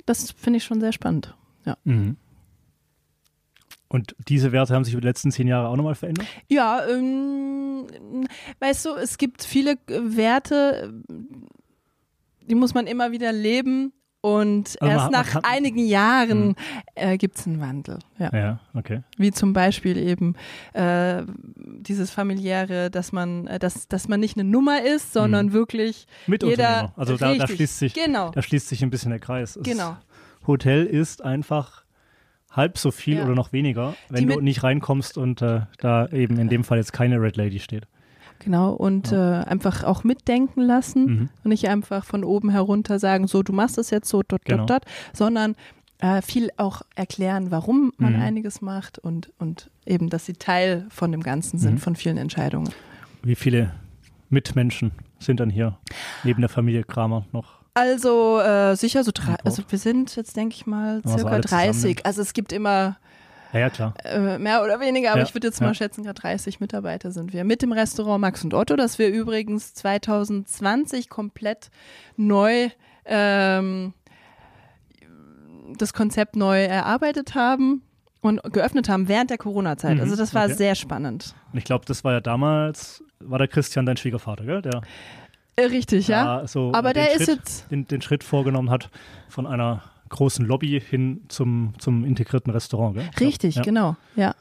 [SPEAKER 2] Das finde ich schon sehr spannend.
[SPEAKER 1] Mhm. Und diese Werte haben sich über die letzten zehn Jahre auch nochmal verändert?
[SPEAKER 2] Ja, ähm, weißt du, es gibt viele äh, Werte, die muss man immer wieder leben
[SPEAKER 1] Also
[SPEAKER 2] und
[SPEAKER 1] man
[SPEAKER 2] erst
[SPEAKER 1] hat- man
[SPEAKER 2] nach
[SPEAKER 1] kann- Hm.
[SPEAKER 2] einigen Jahren äh, gibt es einen Wandel. Ja.
[SPEAKER 1] Ja, okay.
[SPEAKER 2] Wie zum Beispiel eben äh, dieses familiäre, dass man, äh, dass, dass man nicht eine Nummer ist, sondern wirklich jeder.
[SPEAKER 1] Mitunternehmer. Hm. Also da, da
[SPEAKER 2] Richtig,
[SPEAKER 1] schließt sich
[SPEAKER 2] Genau.
[SPEAKER 1] da schließt sich ein bisschen der Kreis. Es-
[SPEAKER 2] Genau.
[SPEAKER 1] Hotel ist einfach halb so viel
[SPEAKER 2] Ja.
[SPEAKER 1] oder noch weniger, wenn
[SPEAKER 2] Die
[SPEAKER 1] du
[SPEAKER 2] mit-
[SPEAKER 1] nicht reinkommst und äh, da eben in dem Fall jetzt keine Red Lady steht.
[SPEAKER 2] Genau, und äh, einfach auch mitdenken lassen
[SPEAKER 1] Mhm.
[SPEAKER 2] und nicht einfach von oben herunter sagen, so, du machst es jetzt so, dort,
[SPEAKER 1] Genau.
[SPEAKER 2] dort, dort, sondern äh, viel auch erklären, warum man
[SPEAKER 1] Mhm.
[SPEAKER 2] einiges macht und, und eben, dass sie Teil von dem Ganzen sind,
[SPEAKER 1] Mhm.
[SPEAKER 2] von vielen Entscheidungen.
[SPEAKER 1] Wie viele Mitmenschen sind dann hier neben der Familie Kramer noch?
[SPEAKER 2] Also äh, sicher so
[SPEAKER 1] An
[SPEAKER 2] drei,
[SPEAKER 1] Bord.
[SPEAKER 2] also wir sind jetzt, denke ich mal,
[SPEAKER 1] man so
[SPEAKER 2] circa
[SPEAKER 1] alle
[SPEAKER 2] 30.
[SPEAKER 1] zusammennimmt.
[SPEAKER 2] Also es gibt immer
[SPEAKER 1] Ja, ja klar.
[SPEAKER 2] äh, mehr oder weniger, aber
[SPEAKER 1] Ja,
[SPEAKER 2] ich würde jetzt
[SPEAKER 1] ja.
[SPEAKER 2] mal schätzen, gerade 30 Mitarbeiter sind wir. Mit dem Restaurant Max und Otto, das wir übrigens 2020 komplett neu ähm, das Konzept neu erarbeitet haben und geöffnet haben während der Corona-Zeit.
[SPEAKER 1] Mhm,
[SPEAKER 2] also das war
[SPEAKER 1] okay.
[SPEAKER 2] sehr spannend.
[SPEAKER 1] Und ich glaube, das war ja damals, war der Christian dein Schwiegervater, gell? Der
[SPEAKER 2] Äh, Richtig, ja.
[SPEAKER 1] da so
[SPEAKER 2] aber
[SPEAKER 1] den
[SPEAKER 2] der
[SPEAKER 1] Schritt,
[SPEAKER 2] ist jetzt-
[SPEAKER 1] den, den Schritt vorgenommen hat von einer großen Lobby hin zum, zum integrierten Restaurant, gell? Ich glaub,
[SPEAKER 2] Richtig,
[SPEAKER 1] ja.
[SPEAKER 2] genau, ja.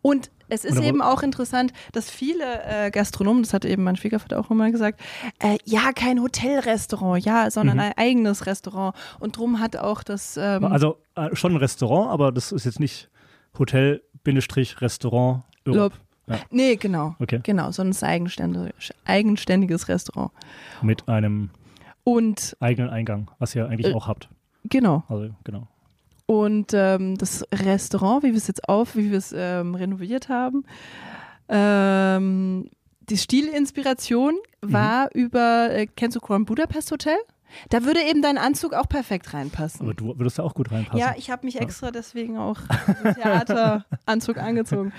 [SPEAKER 2] Und es ist
[SPEAKER 1] Oder wo-
[SPEAKER 2] eben auch interessant, dass viele äh, Gastronomen, das hat eben mein Schwiegervater auch immer gesagt, äh, ja, kein Hotelrestaurant, ja, sondern
[SPEAKER 1] Mhm.
[SPEAKER 2] ein eigenes Restaurant. Und drum hat auch das, ähm,
[SPEAKER 1] Also äh, schon ein Restaurant, aber das ist jetzt nicht Hotel-Restaurant Europe. Ja,
[SPEAKER 2] nee, genau,
[SPEAKER 1] okay.
[SPEAKER 2] genau, sondern es ist ein eigenständig, eigenständiges Restaurant.
[SPEAKER 1] Mit einem
[SPEAKER 2] Und
[SPEAKER 1] eigenen Eingang, was ihr eigentlich
[SPEAKER 2] Äh.
[SPEAKER 1] auch habt.
[SPEAKER 2] genau,
[SPEAKER 1] Also genau.
[SPEAKER 2] und ähm, das Restaurant, wie wir es jetzt auf, wie wir es ähm, renoviert haben, ähm, die Stilinspiration
[SPEAKER 1] Mhm.
[SPEAKER 2] war über, äh, kennst du Grand Budapest Hotel? Da würde eben dein Anzug auch perfekt reinpassen.
[SPEAKER 1] Aber du würdest da auch gut reinpassen.
[SPEAKER 2] Mhm. Ja, ich habe mich extra deswegen auch im Theateranzug angezogen.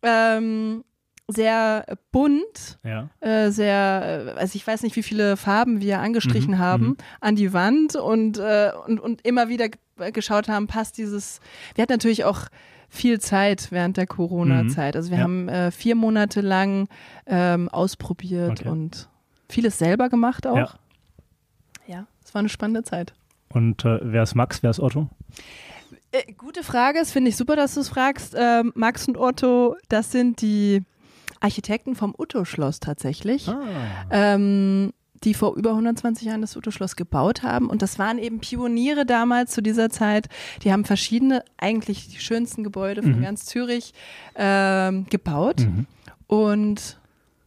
[SPEAKER 2] Ähm, sehr bunt,
[SPEAKER 1] Ja.
[SPEAKER 2] äh, sehr, äh, also ich weiß nicht, wie viele Farben wir angestrichen
[SPEAKER 1] Mhm,
[SPEAKER 2] haben
[SPEAKER 1] mhm.
[SPEAKER 2] an die Wand und, äh, und, und immer wieder g- äh, geschaut haben, passt dieses. Wir hatten natürlich auch viel Zeit während der Corona-Zeit. Also wir
[SPEAKER 1] Mhm. Ja.
[SPEAKER 2] haben äh, vier Monate lang ähm, ausprobiert
[SPEAKER 1] Okay.
[SPEAKER 2] und vieles selber gemacht auch.
[SPEAKER 1] Ja.
[SPEAKER 2] Ja. es war eine spannende Zeit.
[SPEAKER 1] Und äh, wer ist Max, wer ist Otto?
[SPEAKER 2] Äh, gute Frage, es finde ich super, dass du es fragst. Ähm, Max und Otto, das sind die Architekten vom Utto-Schloss tatsächlich.
[SPEAKER 1] Ah.
[SPEAKER 2] ähm, die vor über 120 Jahren das Uto-Schloss gebaut haben. Und das waren eben Pioniere damals zu dieser Zeit. Die haben verschiedene, eigentlich die schönsten Gebäude von
[SPEAKER 1] Mhm.
[SPEAKER 2] ganz Zürich ähm, gebaut.
[SPEAKER 1] Mhm.
[SPEAKER 2] Und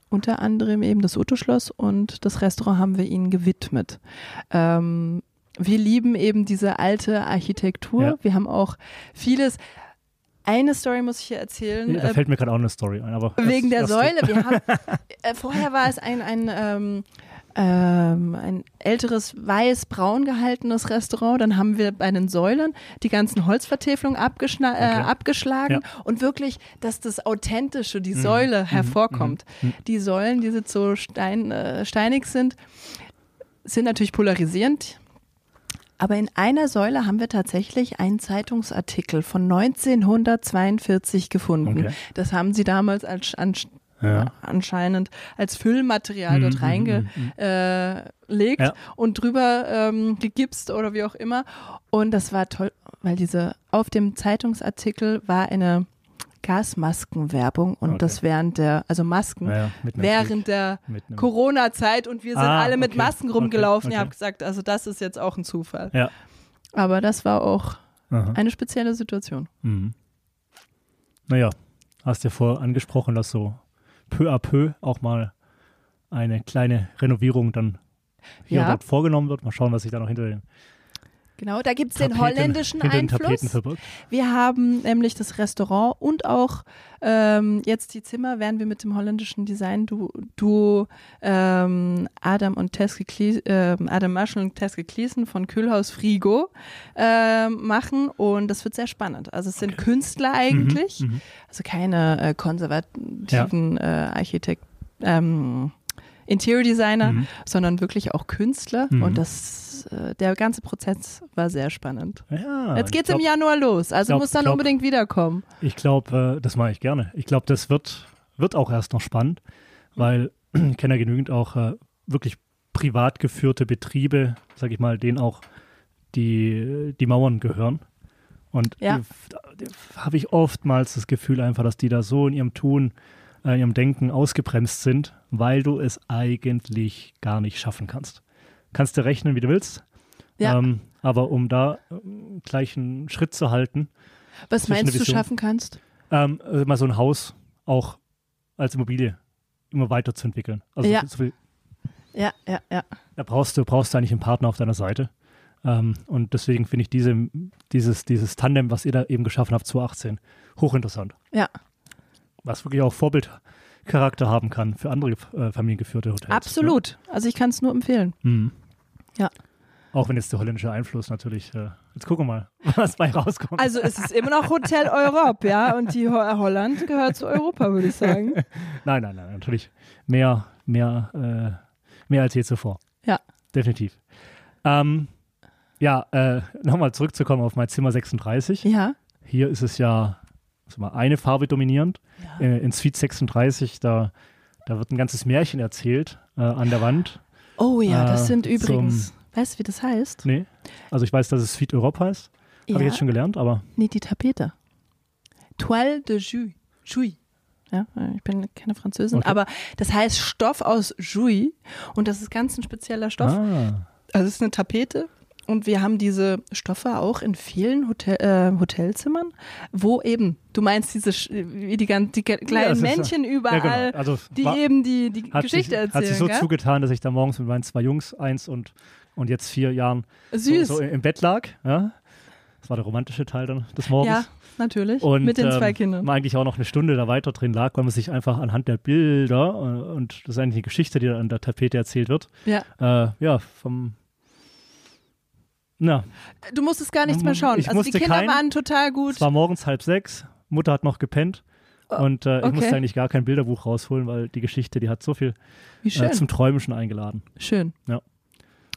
[SPEAKER 2] unter anderem eben das Uto-Schloss und das Restaurant haben wir ihnen gewidmet. Ähm, wir lieben eben diese alte Architektur.
[SPEAKER 1] Ja.
[SPEAKER 2] Wir haben auch vieles. Eine Story muss ich hier erzählen.
[SPEAKER 1] Da
[SPEAKER 2] äh,
[SPEAKER 1] fällt mir gerade auch eine Story ein. Aber
[SPEAKER 2] Wegen der
[SPEAKER 1] erst-
[SPEAKER 2] Säule. Wir haben, äh, vorher war es ein, ein, ähm, ähm, ein älteres weiß-braun gehaltenes Restaurant. Dann haben wir bei den Säulen die ganzen Holzvertäfelungen abgeschna
[SPEAKER 1] Okay.
[SPEAKER 2] äh, abgeschlagen und wirklich, dass das Authentische, die Säule hervorkommt. Die Säulen, die jetzt so stein, äh, steinig sind, sind natürlich polarisierend. Aber in einer Säule haben wir tatsächlich einen Zeitungsartikel von 1942 gefunden.
[SPEAKER 1] Okay.
[SPEAKER 2] Das haben sie damals als, an,
[SPEAKER 1] Ja.
[SPEAKER 2] anscheinend als Füllmaterial
[SPEAKER 1] Mhm,
[SPEAKER 2] dort reingelegt äh, legt
[SPEAKER 1] Ja.
[SPEAKER 2] und drüber ähm, gegipst oder wie auch immer. Und das war toll, weil diese auf dem Zeitungsartikel war eine Gasmaskenwerbung und
[SPEAKER 1] Okay.
[SPEAKER 2] das während der, also Masken,
[SPEAKER 1] Ja, ja, mit einem
[SPEAKER 2] während der
[SPEAKER 1] Krieg, mit einem-
[SPEAKER 2] Corona-Zeit und wir sind
[SPEAKER 1] Ah,
[SPEAKER 2] alle mit
[SPEAKER 1] okay,
[SPEAKER 2] Masken rumgelaufen.
[SPEAKER 1] okay,
[SPEAKER 2] Ihr
[SPEAKER 1] okay.
[SPEAKER 2] habt gesagt, also das ist jetzt auch ein Zufall.
[SPEAKER 1] Ja.
[SPEAKER 2] Aber das war auch
[SPEAKER 1] Aha.
[SPEAKER 2] eine spezielle Situation.
[SPEAKER 1] Mhm. Naja, hast ja vorher angesprochen, dass so peu à peu auch mal eine kleine Renovierung dann hier
[SPEAKER 2] Ja.
[SPEAKER 1] und dort vorgenommen wird. Mal schauen, was sich da noch hinter den,
[SPEAKER 2] Genau, da gibt es den
[SPEAKER 1] Tapeten,
[SPEAKER 2] holländischen
[SPEAKER 1] hinter den Tapeten
[SPEAKER 2] Einfluss.
[SPEAKER 1] verbirgt.
[SPEAKER 2] Wir haben nämlich das Restaurant und auch ähm, jetzt die Zimmer werden wir mit dem holländischen Design-Duo Duo, ähm, Adam und Teske Klie ähm, Adam Marshall und Teske Kliesen von Kühlhaus Frigo ähm, machen und das wird sehr spannend. Also es sind Künstler eigentlich,
[SPEAKER 1] Mhm, mhm.
[SPEAKER 2] also keine äh, konservativen äh, Architekt ähm, Interior Designer,
[SPEAKER 1] Mhm.
[SPEAKER 2] sondern wirklich auch Künstler.
[SPEAKER 1] Mhm.
[SPEAKER 2] Und das, äh, der ganze Prozess war sehr spannend.
[SPEAKER 1] Ja,
[SPEAKER 2] Jetzt geht's
[SPEAKER 1] Ah, ich
[SPEAKER 2] im Januar los, also
[SPEAKER 1] glaub-
[SPEAKER 2] muss dann
[SPEAKER 1] glaub-
[SPEAKER 2] unbedingt wiederkommen.
[SPEAKER 1] Ich glaube, äh, das mache ich gerne. Ich glaube, das wird, wird auch erst noch spannend,
[SPEAKER 2] Mhm.
[SPEAKER 1] weil ich kenne ja genügend auch äh, wirklich privat geführte Betriebe, sage ich mal, denen auch die, die Mauern gehören. Und
[SPEAKER 2] Ja.
[SPEAKER 1] die- da- habe ich oftmals das Gefühl einfach, dass die da so in ihrem Tun, äh, in ihrem Denken ausgebremst sind, weil du es eigentlich gar nicht schaffen kannst. Kannst du rechnen, wie du willst.
[SPEAKER 2] Ja.
[SPEAKER 1] Ähm, aber um da ähm, gleich einen Schritt zu halten,
[SPEAKER 2] Was
[SPEAKER 1] zwischen
[SPEAKER 2] meinst du,
[SPEAKER 1] Vision-
[SPEAKER 2] schaffen kannst?
[SPEAKER 1] ähm, also mal so ein Haus auch als Immobilie immer weiterzuentwickeln. Also
[SPEAKER 2] Ja.
[SPEAKER 1] so viel,
[SPEAKER 2] Ja, ja, ja.
[SPEAKER 1] da brauchst du brauchst du eigentlich einen Partner auf deiner Seite. Ähm, und deswegen finde ich diese, dieses, dieses Tandem, was ihr da eben geschaffen habt, 2018, hochinteressant.
[SPEAKER 2] Ja.
[SPEAKER 1] Was wirklich auch Vorbildcharakter haben kann für andere äh, familiengeführte Hotels.
[SPEAKER 2] Absolut. Also ich kann es nur empfehlen.
[SPEAKER 1] Ne? Mhm.
[SPEAKER 2] Ja.
[SPEAKER 1] Auch wenn jetzt der holländische Einfluss natürlich. Äh, jetzt gucken wir mal, was bei rauskommt.
[SPEAKER 2] Also es ist immer noch Hotel Europe, ja, und die Ho Holland gehört zu Europa, würde ich sagen.
[SPEAKER 1] Nein, nein, nein, natürlich. Mehr, mehr, äh, mehr als je zuvor.
[SPEAKER 2] Ja.
[SPEAKER 1] Definitiv. Ähm, ja, äh, nochmal zurückzukommen auf mein Zimmer 36.
[SPEAKER 2] Ja.
[SPEAKER 1] Hier ist es ja sag mal, eine Farbe dominierend.
[SPEAKER 2] Ja.
[SPEAKER 1] Äh, in Suite 36, da, da wird ein ganzes Märchen erzählt äh, an der Wand.
[SPEAKER 2] Oh ja,
[SPEAKER 1] Äh,
[SPEAKER 2] das sind
[SPEAKER 1] zum-
[SPEAKER 2] übrigens. weißt du, wie das heißt?
[SPEAKER 1] Nee. Also ich weiß, dass es Suite Europa heißt.
[SPEAKER 2] Ja.
[SPEAKER 1] Habe ich jetzt schon gelernt, aber
[SPEAKER 2] Nee, die Tapete. Toile de Jus. Jouy. Ja, äh, ich bin keine Französin,
[SPEAKER 1] Okay.
[SPEAKER 2] aber das heißt Stoff aus Jouy und das ist ganz ein spezieller Stoff.
[SPEAKER 1] ah,
[SPEAKER 2] Also es ist eine Tapete und wir haben diese Stoffe auch in vielen Hotel, äh, Hotelzimmern, wo eben, du meinst diese, Sch- wie die, ganz, die ge-
[SPEAKER 1] das
[SPEAKER 2] kleinen
[SPEAKER 1] ist, äh,
[SPEAKER 2] Männchen
[SPEAKER 1] ja,
[SPEAKER 2] überall,
[SPEAKER 1] genau. Also
[SPEAKER 2] die
[SPEAKER 1] wa-
[SPEAKER 2] eben die, die
[SPEAKER 1] hat
[SPEAKER 2] Geschichte
[SPEAKER 1] sich,
[SPEAKER 2] erzählen.
[SPEAKER 1] Hat sich so
[SPEAKER 2] gell?
[SPEAKER 1] zugetan, dass ich da morgens mit meinen zwei Jungs, eins und, und jetzt vier Jahren
[SPEAKER 2] Süß.
[SPEAKER 1] So, so im Bett lag. Ja? Das war der romantische Teil dann des
[SPEAKER 2] ja,
[SPEAKER 1] Morgens.
[SPEAKER 2] natürlich.
[SPEAKER 1] Und
[SPEAKER 2] Mit den zwei
[SPEAKER 1] ähm,
[SPEAKER 2] Kindern.
[SPEAKER 1] man eigentlich auch noch eine Stunde da weiter drin lag, weil man sich einfach anhand der Bilder äh, und das ist eigentlich eine Geschichte, die da an der Tapete erzählt wird,
[SPEAKER 2] Ja.
[SPEAKER 1] äh, ja, vom. Na,
[SPEAKER 2] Du musstest gar nichts mehr schauen.
[SPEAKER 1] Ich
[SPEAKER 2] also die
[SPEAKER 1] musste
[SPEAKER 2] Kinder
[SPEAKER 1] kein-
[SPEAKER 2] waren total gut.
[SPEAKER 1] es war morgens halb sechs, Mutter hat noch gepennt und äh, ich
[SPEAKER 2] Oh, okay.
[SPEAKER 1] musste eigentlich gar kein Bilderbuch rausholen, weil die Geschichte, die hat so viel
[SPEAKER 2] Wie
[SPEAKER 1] äh,
[SPEAKER 2] schön.
[SPEAKER 1] zum Träumischen eingeladen.
[SPEAKER 2] schön.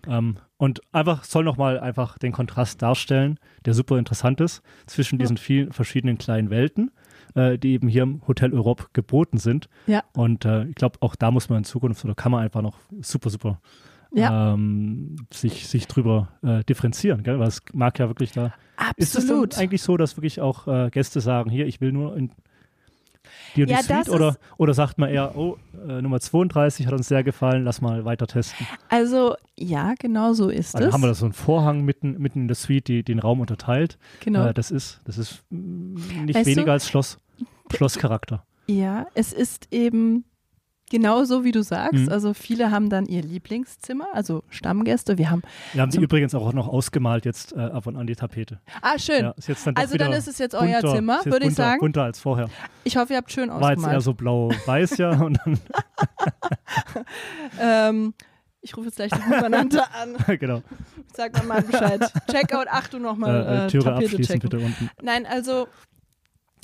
[SPEAKER 1] Ähm, und einfach soll nochmal einfach den Kontrast darstellen, der super interessant ist, zwischen diesen vielen verschiedenen kleinen Welten, äh, die eben hier im Hotel Europe geboten sind.
[SPEAKER 2] Ja.
[SPEAKER 1] Und äh, ich glaube, auch da muss man in Zukunft oder kann man einfach noch super, super
[SPEAKER 2] Ja.
[SPEAKER 1] ähm, sich, sich drüber äh, differenzieren, gell? weil es mag ja wirklich da. Ist es denn
[SPEAKER 2] Absolut.
[SPEAKER 1] eigentlich so, dass wirklich auch äh, Gäste sagen, hier, ich will nur in die und
[SPEAKER 2] Ja,
[SPEAKER 1] die Suite
[SPEAKER 2] das
[SPEAKER 1] oder,
[SPEAKER 2] ist-
[SPEAKER 1] oder sagt man eher, oh, äh, Nummer 32 hat uns sehr gefallen, lass mal weiter testen.
[SPEAKER 2] Also ja, genau so ist
[SPEAKER 1] Also
[SPEAKER 2] es.
[SPEAKER 1] haben wir da so einen Vorhang mitten, mitten in der Suite, die den Raum unterteilt.
[SPEAKER 2] genau.
[SPEAKER 1] Äh, das ist, das ist mm, nicht
[SPEAKER 2] Weißt du, Äh,
[SPEAKER 1] weniger als Schloss, Schlosscharakter.
[SPEAKER 2] Ja, es ist eben genau so, wie du sagst.
[SPEAKER 1] Mhm.
[SPEAKER 2] Also viele haben dann ihr Lieblingszimmer, also Stammgäste. Wir haben,
[SPEAKER 1] Wir haben die
[SPEAKER 2] zum-
[SPEAKER 1] übrigens auch noch ausgemalt jetzt äh, ab und an die Tapete.
[SPEAKER 2] ah schön.
[SPEAKER 1] Ja, ist jetzt dann doch
[SPEAKER 2] also dann
[SPEAKER 1] wieder
[SPEAKER 2] ist es jetzt euer
[SPEAKER 1] bunter,
[SPEAKER 2] Zimmer,
[SPEAKER 1] ist jetzt
[SPEAKER 2] würde ich
[SPEAKER 1] bunter,
[SPEAKER 2] sagen.
[SPEAKER 1] Bunter als vorher.
[SPEAKER 2] Ich hoffe, ihr habt schön
[SPEAKER 1] War jetzt eher
[SPEAKER 2] ausgemalt.
[SPEAKER 1] so blau-weiß ja und dann,
[SPEAKER 2] Ähm, ich rufe jetzt gleich den Gouvernante an.
[SPEAKER 1] genau,
[SPEAKER 2] Sag mal mal Bescheid. Checkout 8 Uhr
[SPEAKER 1] äh,
[SPEAKER 2] nochmal.
[SPEAKER 1] äh,
[SPEAKER 2] Äh,
[SPEAKER 1] Türe
[SPEAKER 2] Tapete
[SPEAKER 1] abschließen
[SPEAKER 2] checken.
[SPEAKER 1] bitte unten.
[SPEAKER 2] Nein, also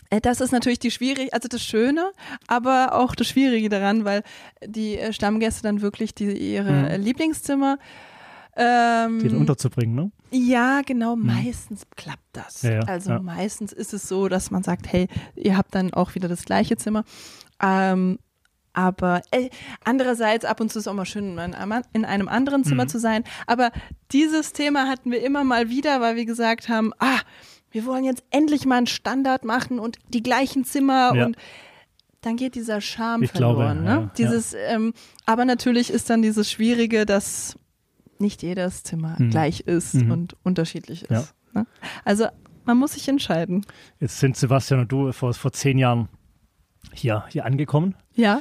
[SPEAKER 2] äh, das ist natürlich die schwierig, also das Schöne, aber auch das Schwierige daran, weil die äh, Stammgäste dann wirklich die, ihre
[SPEAKER 1] Mhm.
[SPEAKER 2] äh, Lieblingszimmer. Ähm,
[SPEAKER 1] Die dann unterzubringen, ne?
[SPEAKER 2] ja, genau, meistens klappt das.
[SPEAKER 1] Mhm. Ja, ja,
[SPEAKER 2] also
[SPEAKER 1] ja.
[SPEAKER 2] meistens ist es so, dass man sagt, hey, ihr habt dann auch wieder das gleiche Zimmer. Ähm, aber äh, andererseits, ab und zu ist auch mal schön, in einem, in einem anderen Zimmer
[SPEAKER 1] Mhm.
[SPEAKER 2] zu sein. Aber dieses Thema hatten wir immer mal wieder, weil wir gesagt haben, ah, wir wollen jetzt endlich mal einen Standard machen und die gleichen Zimmer
[SPEAKER 1] Ja.
[SPEAKER 2] und dann geht dieser Charme
[SPEAKER 1] Ich glaube,
[SPEAKER 2] verloren.
[SPEAKER 1] ja,
[SPEAKER 2] ne?
[SPEAKER 1] ja.
[SPEAKER 2] Dieses, ähm, aber natürlich ist dann dieses Schwierige, dass nicht jedes Zimmer
[SPEAKER 1] Mhm.
[SPEAKER 2] gleich ist
[SPEAKER 1] Mhm.
[SPEAKER 2] und unterschiedlich ist.
[SPEAKER 1] Ja.
[SPEAKER 2] Ne? Also man muss sich entscheiden.
[SPEAKER 1] Jetzt sind Sebastian und du vor, vor zehn Jahren hier, hier angekommen.
[SPEAKER 2] Ja,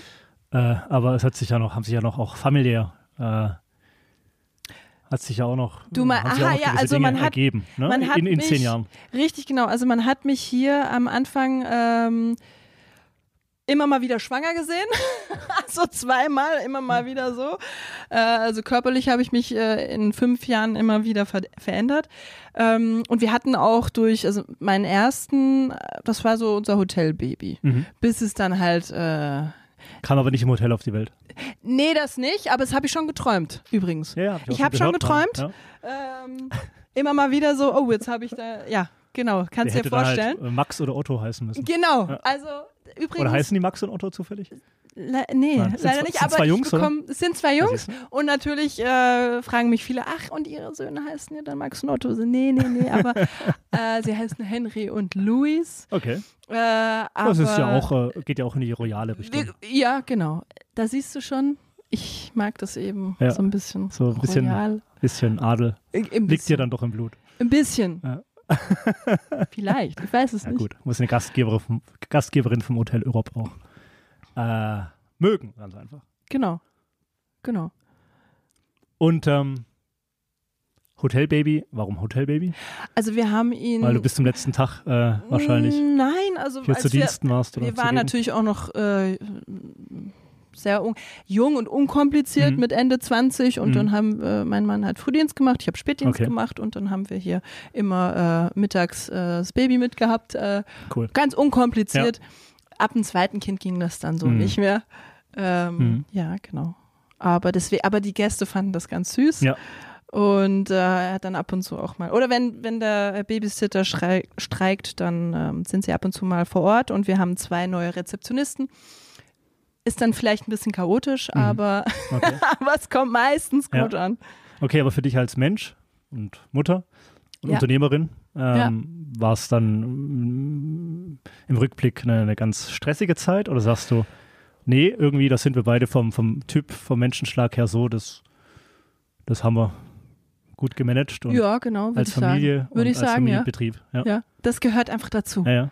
[SPEAKER 1] Äh, aber es hat sich ja noch, haben sich ja noch auch familiär, äh, hat sich ja auch noch,
[SPEAKER 2] Du mein-
[SPEAKER 1] haben sich
[SPEAKER 2] aha,
[SPEAKER 1] auch noch
[SPEAKER 2] ja,
[SPEAKER 1] gewisse
[SPEAKER 2] also
[SPEAKER 1] Dinge
[SPEAKER 2] man hat-
[SPEAKER 1] ergeben, ne?
[SPEAKER 2] man hat
[SPEAKER 1] in, in zehn
[SPEAKER 2] mich-
[SPEAKER 1] Jahren.
[SPEAKER 2] richtig, genau. Also man hat mich hier am Anfang ähm, immer mal wieder schwanger gesehen. also zweimal, immer
[SPEAKER 1] Mhm.
[SPEAKER 2] mal wieder so. Äh, also körperlich habe ich mich äh, in fünf Jahren immer wieder ver verändert. Ähm, und wir hatten auch durch, also meinen ersten, äh, das war so unser Hotelbaby.
[SPEAKER 1] Mhm.
[SPEAKER 2] bis es dann halt äh,
[SPEAKER 1] Kam aber nicht im Hotel auf die Welt.
[SPEAKER 2] Nee, das nicht, aber das habe ich schon geträumt, übrigens.
[SPEAKER 1] Ja, ja, hab ich auch
[SPEAKER 2] ich habe schon
[SPEAKER 1] gehört ne? mal,
[SPEAKER 2] geträumt. Ähm, immer mal wieder so, oh, jetzt habe ich da, ja, genau,
[SPEAKER 1] Der
[SPEAKER 2] kannst dir
[SPEAKER 1] hätte dann
[SPEAKER 2] vorstellen.
[SPEAKER 1] Halt äh, Max oder Otto heißen müssen.
[SPEAKER 2] Genau, also übrigens.
[SPEAKER 1] Oder heißen die Max und Otto zufällig?
[SPEAKER 2] Le nee,
[SPEAKER 1] Nein, sind
[SPEAKER 2] leider
[SPEAKER 1] zwei-
[SPEAKER 2] nicht,
[SPEAKER 1] sind
[SPEAKER 2] aber
[SPEAKER 1] zwei
[SPEAKER 2] ich
[SPEAKER 1] Jungs, oder?
[SPEAKER 2] bekomm- es sind zwei Jungs
[SPEAKER 1] siehst
[SPEAKER 2] und natürlich äh, fragen mich viele, ach und ihre Söhne heißen ja dann Max und Otto. So, Nee, nee, nee, aber äh, sie heißen Henry und Louis.
[SPEAKER 1] Okay.
[SPEAKER 2] Äh, aber,
[SPEAKER 1] Das ist ja auch, äh, geht ja auch in die royale Richtung.
[SPEAKER 2] Wir- Ja, genau. Da siehst du schon, ich mag das eben
[SPEAKER 1] Ja.
[SPEAKER 2] so ein bisschen.
[SPEAKER 1] So ein bisschen-
[SPEAKER 2] royal.
[SPEAKER 1] Bisschen Adel.
[SPEAKER 2] Äh, Ein
[SPEAKER 1] Liegt dir
[SPEAKER 2] bisschen.
[SPEAKER 1] dann doch im Blut.
[SPEAKER 2] Ein bisschen.
[SPEAKER 1] Ja.
[SPEAKER 2] Vielleicht, ich weiß es
[SPEAKER 1] Ja,
[SPEAKER 2] nicht.
[SPEAKER 1] gut. Muss eine Gastgeberin vom, Gastgeberin vom Hotel Europe auch äh, mögen, ganz einfach.
[SPEAKER 2] Genau. Genau.
[SPEAKER 1] Und ähm, Hotelbaby, warum Hotelbaby?
[SPEAKER 2] Also wir haben ihn.
[SPEAKER 1] Weil du bis zum letzten Tag äh, wahrscheinlich
[SPEAKER 2] Nein, also
[SPEAKER 1] hier
[SPEAKER 2] als
[SPEAKER 1] zu
[SPEAKER 2] wir,
[SPEAKER 1] Diensten warst. Oder
[SPEAKER 2] wir
[SPEAKER 1] zu
[SPEAKER 2] waren
[SPEAKER 1] Gegen-
[SPEAKER 2] natürlich auch noch äh, sehr un jung und unkompliziert
[SPEAKER 1] Mhm.
[SPEAKER 2] mit Ende 20 und
[SPEAKER 1] Mhm.
[SPEAKER 2] dann haben äh, mein Mann hat Frühdienst gemacht, ich habe Spätdienst
[SPEAKER 1] Okay.
[SPEAKER 2] gemacht und dann haben wir hier immer äh, mittags äh, das Baby mitgehabt. Äh,
[SPEAKER 1] Cool.
[SPEAKER 2] ganz unkompliziert. Ab dem zweiten Kind ging das dann so
[SPEAKER 1] Mhm.
[SPEAKER 2] nicht mehr. Ähm,
[SPEAKER 1] Mhm.
[SPEAKER 2] Ja, genau. Aber, deswegen, aber die Gäste fanden das ganz süß.
[SPEAKER 1] Ja.
[SPEAKER 2] Und äh, er hat dann ab und zu auch mal. Oder wenn, wenn der Babysitter schrei- streikt, dann ähm, sind sie ab und zu mal vor Ort und wir haben zwei neue Rezeptionisten. Ist dann vielleicht ein bisschen chaotisch,
[SPEAKER 1] Mhm.
[SPEAKER 2] aber,
[SPEAKER 1] Okay.
[SPEAKER 2] aber es kommt meistens
[SPEAKER 1] Ja.
[SPEAKER 2] gut an.
[SPEAKER 1] okay, aber für dich als Mensch und Mutter und
[SPEAKER 2] Ja.
[SPEAKER 1] Unternehmerin ähm, war es dann mm, im Rückblick eine, eine ganz stressige Zeit oder sagst du, nee, irgendwie, das sind wir beide vom, vom Typ, vom Menschenschlag her so, das, das haben wir gut gemanagt und
[SPEAKER 2] Ja, genau, würde
[SPEAKER 1] als
[SPEAKER 2] ich sagen.
[SPEAKER 1] Familie und
[SPEAKER 2] Würde ich
[SPEAKER 1] als
[SPEAKER 2] sagen, ja.
[SPEAKER 1] Familienbetrieb. Ja.
[SPEAKER 2] ja. Das gehört einfach dazu.
[SPEAKER 1] Ja, ja.